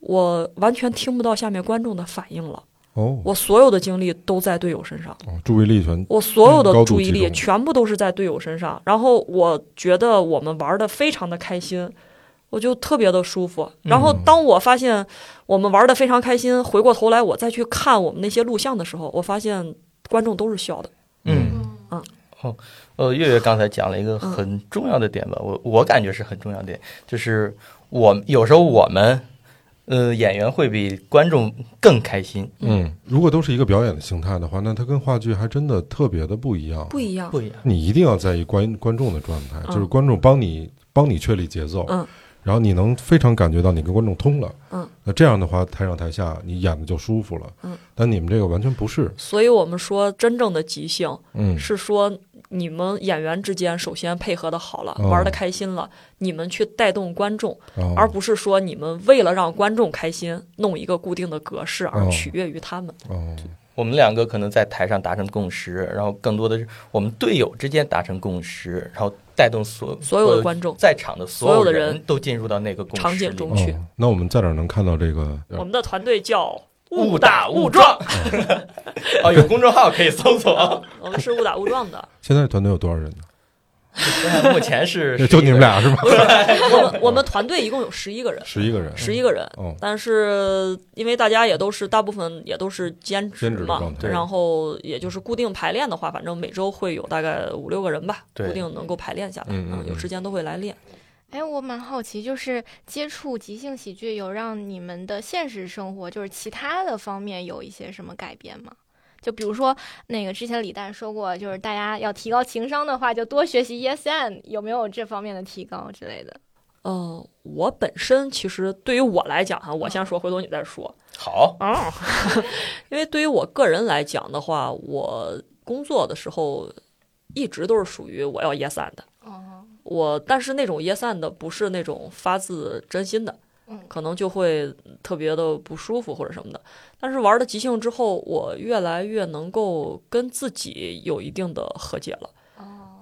C: 我完全听不到下面观众的反应了，
A: 哦，
C: 我所有的精力都在队友身上。
A: 哦注意力全
C: 我所有的
A: 嗯高度
C: 注意
A: 集
C: 力
A: 中
C: 全部都是在队友身上，然后我觉得我们玩的非常的开心，我就特别的舒服。
A: 嗯
C: 然后当我发现我们玩的非常开心，回过头来我再去看我们那些录像的时候，我发现观众都是笑的。
F: 嗯
C: 嗯
F: 哦，呃，月月刚才讲了一个很重要的点吧，我我感觉是很重要的点，就是我有时候我们呃，演员会比观众更开心，
A: 嗯，如果都是一个表演的形态的话，那它跟话剧还真的特别的不一样。
C: 不一样。
F: 不一样。
A: 你一定要在意观观众的状态，
C: 嗯
A: 就是观众帮你帮你确立节奏，
C: 嗯，
A: 然后你能非常感觉到你跟观众通了，
C: 嗯，
A: 那这样的话，台上台下你演的就舒服了，
C: 嗯，
A: 但你们这个完全不是，
C: 所以我们说，真正的即兴
A: 嗯，
C: 是说你们演员之间首先配合的好了，
A: 哦
C: 玩的开心了，你们去带动观众，
A: 哦
C: 而不是说你们为了让观众开心，弄一个固定的格式而
A: 哦
C: 取悦于他们。
A: 哦，
F: 我们两个可能在台上达成共识，然后更多的是我们队友之间达成共识，然后带动所
C: 所有的观众
F: 在场的所
C: 所有的
F: 人
C: 人
F: 都进入到那个共识
C: 场景
F: 里
C: 中
A: 哦
C: 去
A: 那我们在哪儿能看到这个？
C: 我们的团队叫
F: 误
C: 打
F: 打
C: 误
F: 误撞。哦，有公众号可以搜索。
C: 我们是误打误撞
A: *laughs*
C: 的。
A: 现在团队有多少人呢？
F: 目前是
A: *laughs* 就你们，俩
F: *laughs*
A: 是吗？
C: 我们我们团队一共有十一个人，
A: 十一个人，
C: 十一个人。
A: 哦，
C: 但是因为大家也都是大部分也都是兼职
A: 兼职的
C: 嘛
A: 状，态
C: 然后也就是固定排练的话，反正每周会有大概五六个人吧，
F: 对
C: 固定能够排练下来，
A: 嗯嗯嗯
C: 有时间都会来练。
E: 哎，我蛮好奇，就是接触即兴喜剧，有让你们的现实生活，就是其他的方面有一些什么改变吗？就比如说，那个之前李诞说过，就是大家要提高情商的话，就多学习 ESN，有没有这方面的提高之类的？
C: 呃，我本身其实对于我来讲哈，我先说，回头你再说。
F: 好，
C: 啊，因为对于我个人来讲的话，我工作的时候一直都是属于我要 yes and 的。
E: 哦，
C: 我但是那种 yes and 的不是那种发自真心的
E: 嗯，
C: 可能就会特别的不舒服或者什么的。但是玩的即兴之后，我越来越能够跟自己有一定的和解了。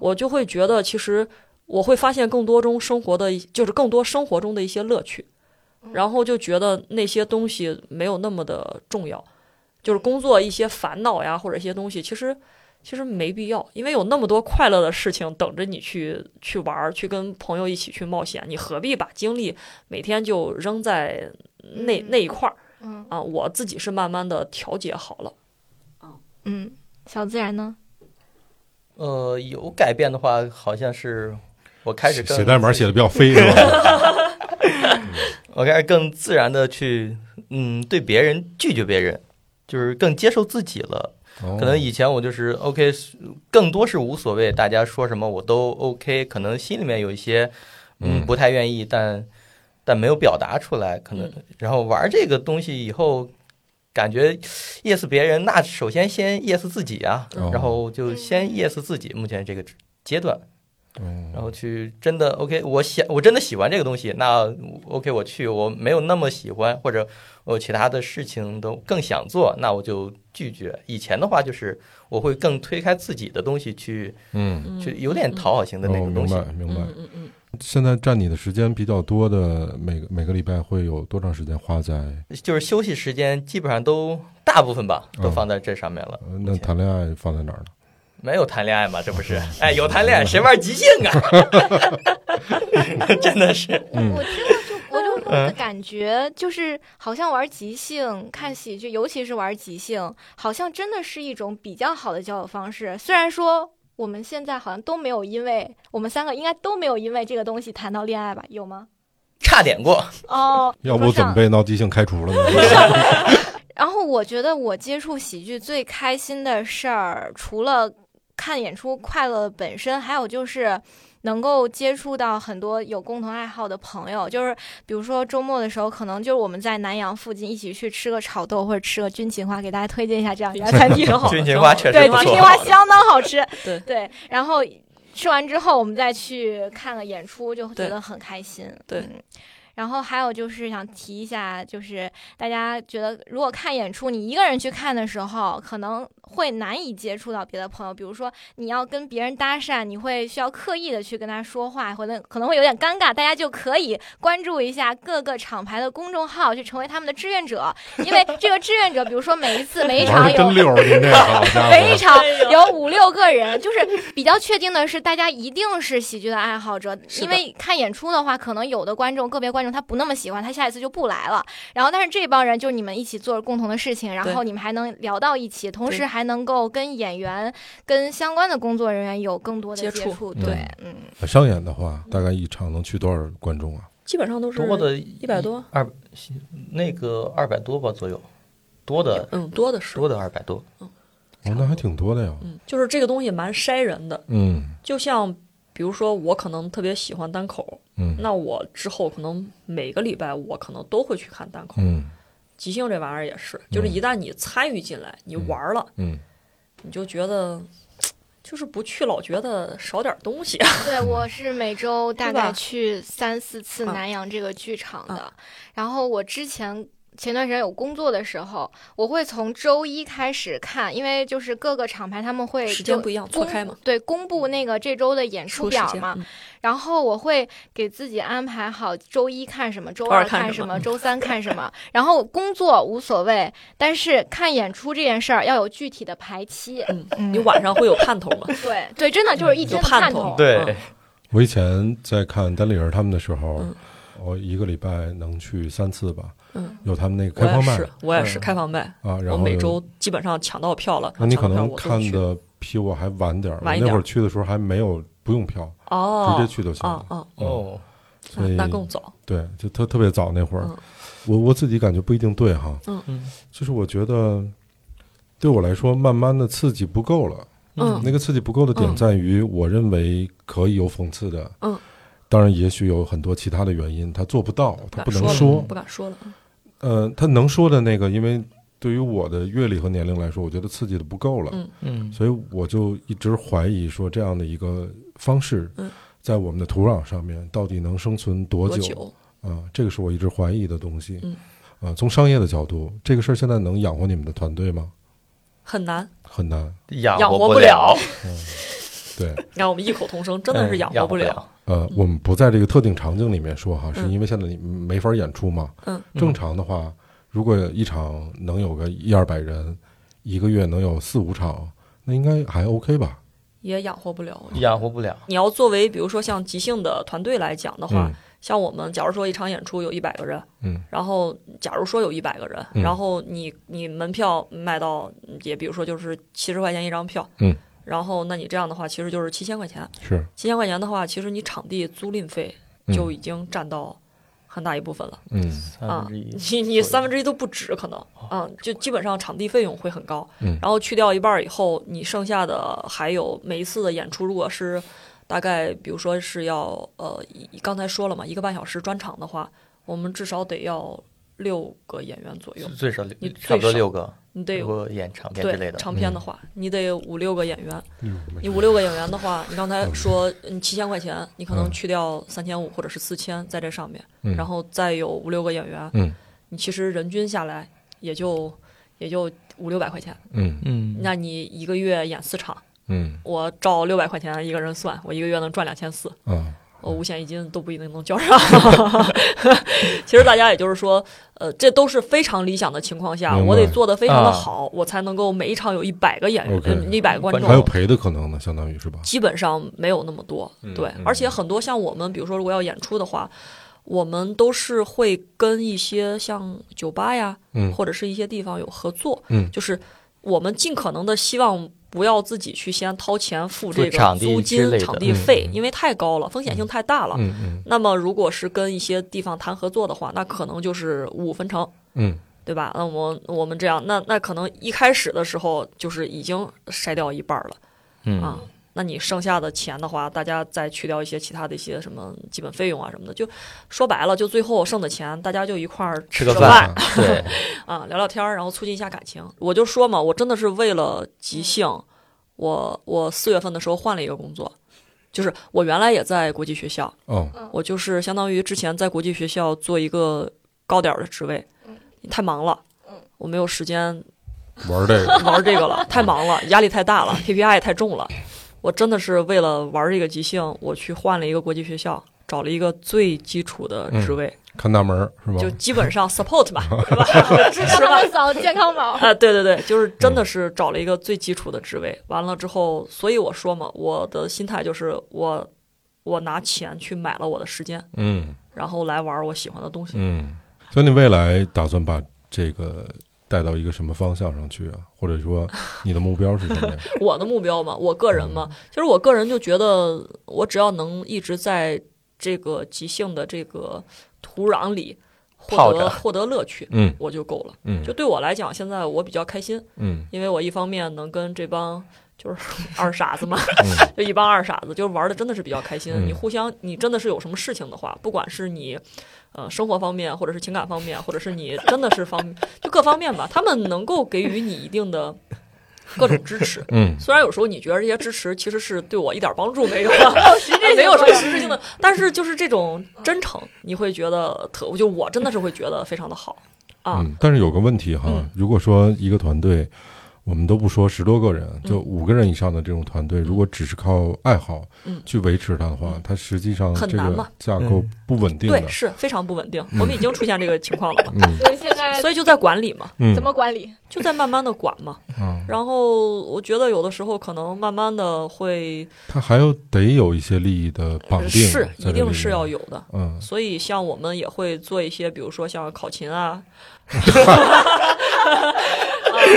C: 我就会觉得，其实我会发现更多中生活的一，就是更多生活中的一些乐趣，
E: 嗯
C: 然后就觉得那些东西没有那么的重要，就是工作一些烦恼呀或者一些东西，其实其实没必要，因为有那么多快乐的事情等着你去去玩儿，去跟朋友一起去冒险，你何必把精力每天就扔在那、
E: 嗯
C: 那一块儿
E: 嗯
C: 啊？我自己是慢慢的调节好了。
E: 嗯，小自然呢？
F: 呃，有改变的话，好像是我开始
A: 写
F: 更
A: 写代码写的比较
F: *laughs*
A: 飞是吧？
F: 我开始更自然的去，嗯，对别人拒绝别人，就是更接受自己了。
A: 哦
F: 可能以前我就是 OK，更多是无所谓，大家说什么我都 OK。可能心里面有一些，
A: 嗯
F: 嗯，不太愿意，但但没有表达出来。可能
A: 嗯
F: 然后玩这个东西以后，感觉 yes 别人，那首先先 yes 自己啊
A: 哦，
F: 然后就先 yes 自己。目前这个阶段，
A: 嗯
F: 然后去真的 OK，我喜我真的喜欢这个东西，那 OK 我去，我没有那么喜欢，或者我其他的事情都更想做，那我就拒绝。以前的话就是我会更推开自己的东西去，
A: 嗯，
C: 嗯，
F: 去有点讨好型的那
A: 哦，
F: 个
A: 明
F: 东西。
A: 白明白
C: 嗯。嗯嗯，
A: 现在占你的时间比较多的，每个每个礼拜会有多长时间花在？呃
F: 就是休息时间基本上都大部分吧，
A: 嗯
F: 都放在这上面了。
A: 呃那谈恋爱放在哪儿呢？
F: 没有谈恋爱嘛，这不是？
A: *laughs*
F: 哎，有谈恋爱谁玩即兴啊？ *laughs* 真的是，
E: 我我听了就我就会有感觉，就是好像玩即兴、看喜剧，尤其是玩即兴，好像真的是一种比较好的交友方式。虽然说我们现在好像都没有因为我们三个应该都没有因为这个东西谈到恋爱吧？有吗？ *laughs*
F: 差点过。
E: 哦，
A: 要不怎么
E: 说这样？
A: 被闹即兴开除了
C: *laughs*
A: 呢？
C: 啊
E: 然后我觉得我接触喜剧最开心的事儿，除了看演出快乐本身，还有就是能够接触到很多有共同爱好的朋友，就是比如说周末的时候，可能就是我们在南阳附近一起去吃个炒豆或者吃个军芹花，给大家推荐一下这
C: 哎
E: 样一家
C: *laughs*
E: 餐厅。
C: 挺好
F: *laughs*
C: 的。
F: 军
C: 挺
F: 情
C: 好
F: 花
C: 的。
F: 确实
E: 对，
F: 不
E: 军
F: 错
E: 芹花相当好吃
C: *laughs* 对
E: 对，然后吃完之后，我们再去看个演出，就觉
C: 对
E: 得很开心。
C: 对
E: 嗯然后还有就是想提一下，就是大家觉得如果看演出，你一个人去看的时候，可能会难以接触到别的朋友。比如说你要跟别人搭讪，你会需要刻意的去跟他说话，或者可能会有点尴尬。大家就可以关注一下各个厂牌的公众号，去成为他们的志愿者。因为这个志愿者，比如说每一次
F: *laughs*
E: 每一
A: 玩
E: 场
A: 的真
E: 有
A: 溜儿，您这个好家
E: 每一
A: 伙！
E: 场
C: 哎
E: 有五六个人，就是比较确定的是，大家一定是喜剧的爱好者，
C: 是的
E: 因为看演出的话，可能有的观众个别观众他不那么喜欢，他下一次就不来了。然后，但是这帮人就是你们一起做着共同的事情，然后你们还能聊到一起，同时
C: 对
E: 还能够跟演员、跟相关的工作人员有更多的
C: 接
E: 接
C: 触
E: 触。对，嗯，
A: 商演的话，大概一场能去多少观众啊？
C: 基本上都是
F: 多的
C: 一百多，
F: 二那个二百多吧左右，多的
C: 嗯，多的是
F: 多的二百多，
A: 哦，那还挺多的呀。
C: 嗯，就是这个东西蛮筛人的，
A: 嗯
C: 就像比如说我可能特别喜欢单口，
A: 嗯
C: 那我之后可能每个礼拜我可能都会去看单口。
A: 嗯
C: 即兴这玩意儿也是，就是一旦你参与进来，你玩儿了，
A: 嗯，
C: 你就觉得。就是不去，老觉得少点东西。
E: 对，我是每周大
C: 对吧
E: 概去三四次
C: 啊
E: 南阳这个剧场的。
C: 啊
E: 然后我之前前段时间有工作的时候，我会从周一开始看，因为就是各个厂牌他们
C: *laughs*
E: 会
C: 时间
E: 就
C: 不一样错
E: 公
C: 开嘛
E: 对，公布那个这周的演出
C: 出时
E: 表
C: 间
E: 嘛。
C: 嗯
E: 然后我会给自己安排好周一看什么，周
C: 周二
E: 二
C: 看
E: 看
C: 什
E: 什
C: 么嗯
E: 么，周三看什么。然后工作无所谓，但是看演出这件事儿要有具体的排期。
C: 嗯
E: 嗯
C: 你晚上会有盼头
A: *laughs*
C: 吗？
E: 对对，真的就是一
C: 有
E: 天的盼
C: 头
E: 头。。
F: 对
C: 嗯
A: 我以前在看丹立人他们的时候
C: 嗯，
A: 我一个礼拜能去三次吧。
C: 嗯，
A: 有他们那个
C: 我
A: 开
C: 也
A: 放麦
C: 是，我也是
F: 嗯
C: 开放麦，
A: 啊，然
C: 我
A: 后
C: 每周基本上抢到票了。
A: 那你
C: 抢
A: 可
C: 到票
A: 能
C: 我都
A: 看
C: 去
A: 的比我还晚点儿，我
C: 晚一
A: 那
C: 点
A: 会
C: 儿
A: 儿去的时候还没有不用票，
C: 哦，
A: 直接去就行
C: 哦
A: 了。
C: 哦，
A: 嗯，
F: 哦，
A: 所
C: 那
A: 以
C: 那更早。
A: 对，就特特别早那会儿
C: 嗯，
A: 我我自己感觉不一定对哈，
C: 嗯
F: 嗯，
A: 就是我觉得对我来说，慢慢的刺激不够了，
C: 嗯
A: 那个刺激不够的点
C: 嗯
A: 在于，我认为可以有讽刺的，
C: 嗯，
A: 当然也许有很多其他的原因，他做不到，他
C: 敢
A: 不能
C: 了
A: 说，
C: 不敢说了。嗯
A: 呃，他能说的那个，因为对于我的阅历和年龄来说，我觉得刺激的不够了，
C: 嗯
F: 嗯
A: 所以我就一直怀疑说这样的一个方式
C: 嗯，
A: 在我们的土壤上面到底能生存多
C: 多
A: 久？
C: 久？
A: 啊、这个是我一直怀疑的东西。
C: 嗯，
A: 啊、从商业的角度，这个事儿现在能养活你们的团队吗？
C: 很难，
A: 很难。
F: 嗯养
C: 养活
F: 活
C: 不
F: 了
C: 了， *laughs*
A: 对，
C: 你看我们异口同声，真的是
F: 嗯
C: 养
F: 活
C: 活不了。
F: 了。
A: 呃，我们不在这个特定场景里面说哈，是
C: 嗯
A: 因为现在你没法演出嘛。
C: 嗯，
A: 正常的话，如果一场能有个一二百人，一个月能有四五场，那应该还 OK 吧？
C: 也养活不了。我觉得
F: 嗯养活不了，
C: 你要作为比如说像即兴的团队来讲的话，
A: 嗯
C: 像我们假如说一场演出有一百个人，
A: 嗯，
C: 然后假如说有一百个人，
A: 嗯
C: 然后你你门票卖到也比如说就是七十块钱一张票，
A: 嗯，
C: 然后那你这样的话其实就是七千块钱，
A: 是，
C: 七千块钱的话，其实你场地租赁费
A: 嗯
C: 就已经占到很大一部分了。
A: 嗯
F: 三
C: 啊
F: 分之一，哦
C: 你你三分之一都不止，可能，嗯，就基本上场地费用会很高，
A: 嗯
C: 然后去掉一半儿以后，你剩下的还有每一次的演出，如果是大概，比如说是要呃，一刚才说了嘛，一个半小时专场的话，我们至少得要六个演员左右，
F: 最少六
C: 啊你
F: 差不多
C: 最少
F: 六个，
C: 你得
F: 如
C: 有
F: 果演长片之类
C: 对
F: 的，嗯
C: 长篇的话，你得有五六个演员，你
A: 嗯
C: 五六个演员的话，你刚才
F: 嗯
C: 说你七千块钱，你可能去掉三千五或者是四千在这上面，
A: 嗯
C: 然后再有五六个演员，
A: 嗯
C: 你其实人均下来也就也就五六百块钱。
A: 嗯
F: 嗯，
C: 那你一个月演四场，
A: 嗯
C: 我照六百块钱一个人算，我一个月能赚两千四，
A: 啊，
C: 我五险一金都不一定能交上。 *laughs* 其实大家也就是说，呃，这都是非常理想的情况下，
A: 明白
C: 我得做得非常的
F: 啊
C: 好，我才能够每一场有一百个演员嗯
A: OK，
C: 一百个观众，
A: 还有赔的可能呢，相当于是吧？
C: 基本上没有那么多，
A: 嗯
C: 对，
A: 嗯
C: 而且很多像我们，比如说如果要演出的话，我们都是会跟一些像酒吧呀，
A: 嗯
C: 或者是一些地方有合作，
A: 嗯
C: 就是我们尽可能的希望不要自己去先掏钱付这
F: 付场
C: 个
F: 地
C: 租
F: 之
C: 金、
F: 类的
C: 场地费，因为太高了，风险性太大了。
A: 嗯嗯
C: 那么如果是跟一些地方谈合作的话，那可能就是五五分成，
A: 嗯
C: 对吧？那我我们这样，那那可能一开始的时候就是已经筛掉一半儿了。
F: 嗯
C: 啊，那你剩下的钱的话，大家再去掉一些其他的一些什么基本费用啊什么的，就说白了，就最后剩的钱大家就一块儿
F: 吃
C: 个
F: 个
C: 饭
F: 饭，对，
C: *laughs* 啊，聊聊天儿，然后促进一下感情。我就说嘛，我真的是为了即兴，我我四月份的时候换了一个工作，就是我原来也在国际学校，
A: 哦，
C: 我就是相当于之前在国际学校做一个高点儿的职位，太忙了，我没有时间嗯
A: 玩这个，
C: 玩这个了，太忙了，压力太大了，KPI 太重了。我真的是为了玩这个即兴，我去换了一个国际学校，找了一个最基础的职位，
A: 看大门儿是吧？
C: 就基本上 support 吧， *laughs* 是吧？支
E: 让
C: 持
E: 他
C: 吧。
E: 们扫健康宝。
C: *laughs* 啊，对对对，就是真的是找了一个最基础的职位。完了之后，所以我说嘛，我的心态就是我我拿钱去买了我的时间，
A: 嗯
C: 然后来玩我喜欢的东西。
A: 嗯，所以你未来打算把这个带到一个什么方向上去啊？或者说你的目标是什么呀？
C: 我的目标嘛，我个人嘛，其实我个人就觉得，我只要能一直在这个即兴的这个土壤里获
F: 泡
C: 得
F: 着
C: 获得乐趣，
A: *laughs* 嗯
C: 我就够了。
A: 嗯
C: 就对我来讲，现在我比较开心，
A: 嗯
C: 因为我一方面能跟这帮就是二傻子嘛， *laughs* 就一帮二傻子，就玩的真的是比较开心。
A: 嗯
C: 你互相，你真的是有什么事情的话，不管是你呃生活方面，或者是情感方面，或者是你真的是方就各方面吧，他们能够给予你一定的各种支持。
A: 嗯
C: 虽然有时候你觉得这些支持其实是对我一点帮助没有啊， *laughs* 没有什么实质性的，但是就是这种真诚，你会觉得特，就我真的是会觉得非常的好啊。
A: 嗯。但是有个问题哈
C: 嗯，
A: 如果说一个团队，我们都不说十多个人，
C: 嗯
A: 就五个人以上的这种团队，如果只是靠爱好
C: 嗯
A: 去维持它的话
C: 嗯，
A: 它实际上
C: 很
A: 这
C: 难
A: 个
C: 嘛
A: 架构不稳定的
C: 对，。是非常不稳定。我们已经出现这个情况了嘛，
A: 嗯
E: 所以现在
C: 所以就在管理嘛，
A: 嗯
E: 怎么管理？
C: 就在慢慢的管嘛。
A: 嗯，
C: 然后我觉得有的时候可能慢慢的会
A: 它还有得有一些利益的绑定，
C: 是一定是要
A: 有。
C: 有的。
A: 嗯，
C: 所以像我们也会做一些，比如说像考
A: *laughs*
C: 勤啊。啊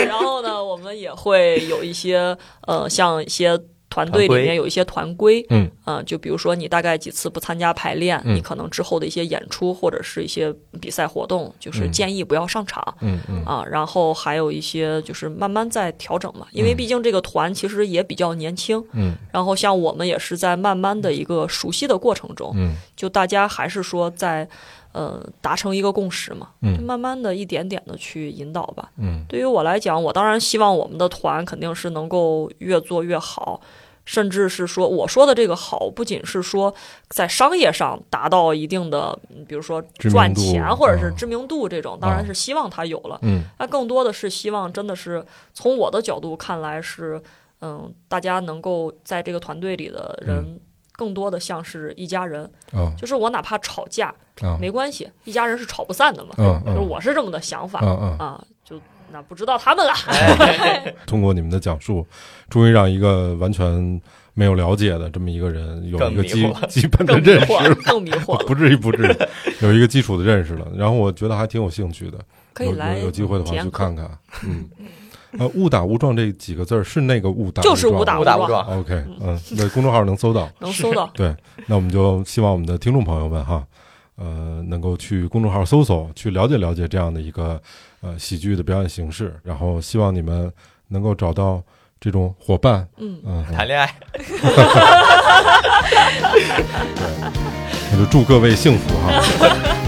C: 然后呢，我们也会有一些呃，像一些团队里
F: 团规
C: 面有一些团规，
A: 嗯，
C: 啊、就比如说你大概几次不参加排练，
A: 嗯
C: 你可能之后的一些演出或者是一些比赛活动，就是
A: 嗯
C: 建议不要上场，
A: 嗯嗯
C: 啊，然后还有一些就是慢慢在调整嘛，因为
A: 嗯
C: 毕竟这个团其实也比较年轻，
A: 嗯
C: 然后像我们也是在慢慢的一个熟悉的过程中，
A: 嗯
C: 就大家还是说在呃达成一个共识嘛，就
A: 嗯
C: 慢慢的一点点的去引导吧。
A: 嗯
C: 对于我来讲，我当然希望我们的团肯定是能够越做越好。甚至是说，我说的这个好，不仅是说在商业上达到一定的，嗯比如说
A: 知名
C: 赚
A: 度
C: 钱或者是
A: 啊
C: 知名度这种，当然是希望它有了。
A: 嗯
C: 那更多的是希望，真的是从我的角度看来是，嗯，大家能够在这个团队里的
A: 嗯
C: 人，更多的像是一家人。
A: 啊
C: 就是我哪怕吵架
A: 啊
C: 哦没关系，一家人是吵不散的嘛。
A: 嗯
C: 就是
A: 嗯
C: 我是这么的想法
A: 嗯哎嗯。
C: 啊，就那不知道他们啦。 *laughs*
A: 通过你们的讲述，终于让一个完全没有了解的这么一个人有一个基
F: 更迷惑
A: 基 *laughs* 本的
C: 更迷
A: 认识
C: 惑了
A: 了，，
C: 更迷惑了。
A: 不至于不至于有一个基础的认识了。然后我觉得还挺有兴趣的，
C: 可以
A: 有
C: 来
A: 有有机会的
C: 体
A: 话
C: 验
A: 去
C: 课
A: 看看。嗯，呃，误打误撞这几个字儿是那个误打，
C: 就是
A: 误
C: 误打
F: 误打误
C: 撞，
F: 撞，
A: OK，嗯，那公众号能搜到。
C: 能搜到。
A: 对， *laughs* 那我们就希望我们的听众朋友们哈，呃，能够去公众号搜索，去了解了解这样的一个呃喜剧的表演形式，然后希望你们能够找到这种伙伴，
C: 嗯，
A: 嗯，
F: 谈恋爱。
A: 那就祝各位幸福哈，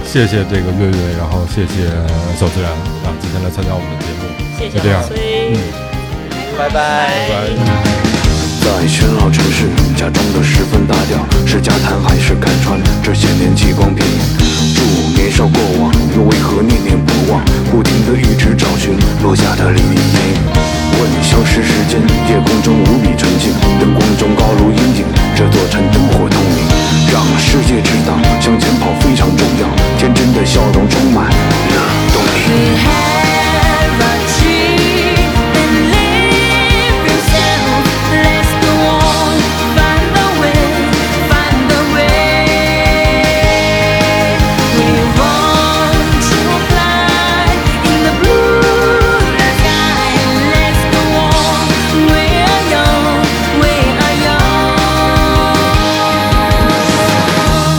A: 谢谢这个月月，然后谢谢小自然啊，今天来参加我们的节目，
C: 谢
A: 就这
C: 谢
A: 样
C: 老
A: 嗯，
C: 崔。
F: 拜拜
A: 拜拜。
G: 在喧闹城市，假装得十分大调，是家谈还是看穿？这些年极光片影，祝年少过往，又为何念念不忘？不停地一直找寻落下的黎明背影。问消失时间，夜空中无比纯净，灯光中高楼阴影，这座城灯火通明，让世界知道向前跑非常重要。天真的笑容充满了动力。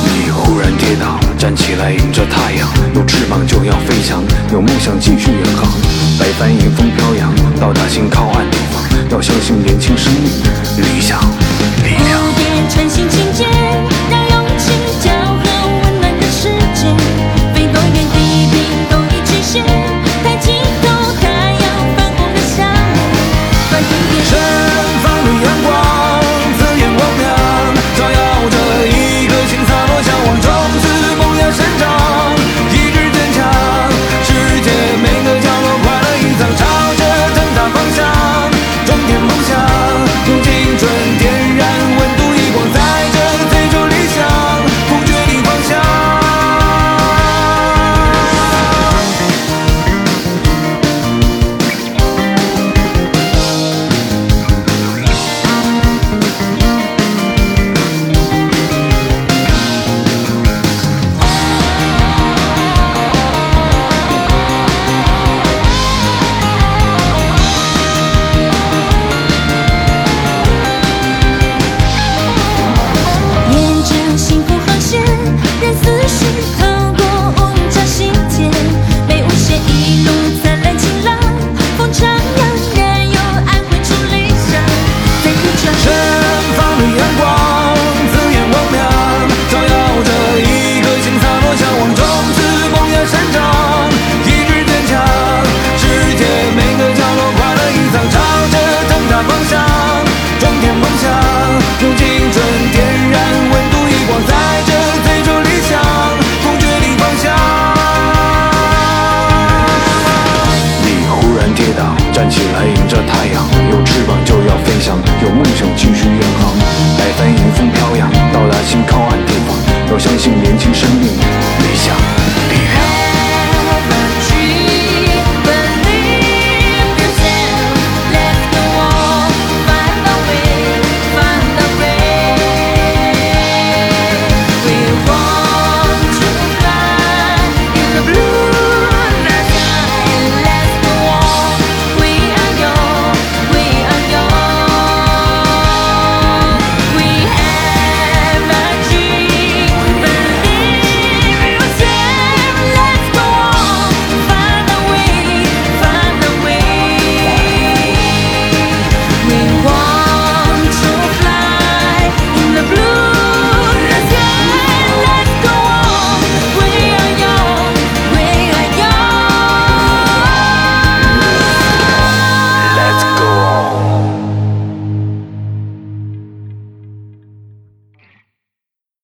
G: 你忽然跌倒，站起来迎着太阳，有翅膀就要飞翔，有梦想继续远航。白帆迎风飘扬，到达新靠岸地方，要相信年轻生命，理想，力量。
B: 穿行情节，让勇气交换温暖的世界，飞多远地平都已极限，抬起头太阳泛红的笑脸，放低眼神。
G: 绽放的阳光，刺眼光亮，照耀着一颗心洒落向往，壮志梦要生长，意志坚强，世界每个角落快乐隐藏，朝着正大方向，装点梦想，用青春点燃
H: 相信年轻生命。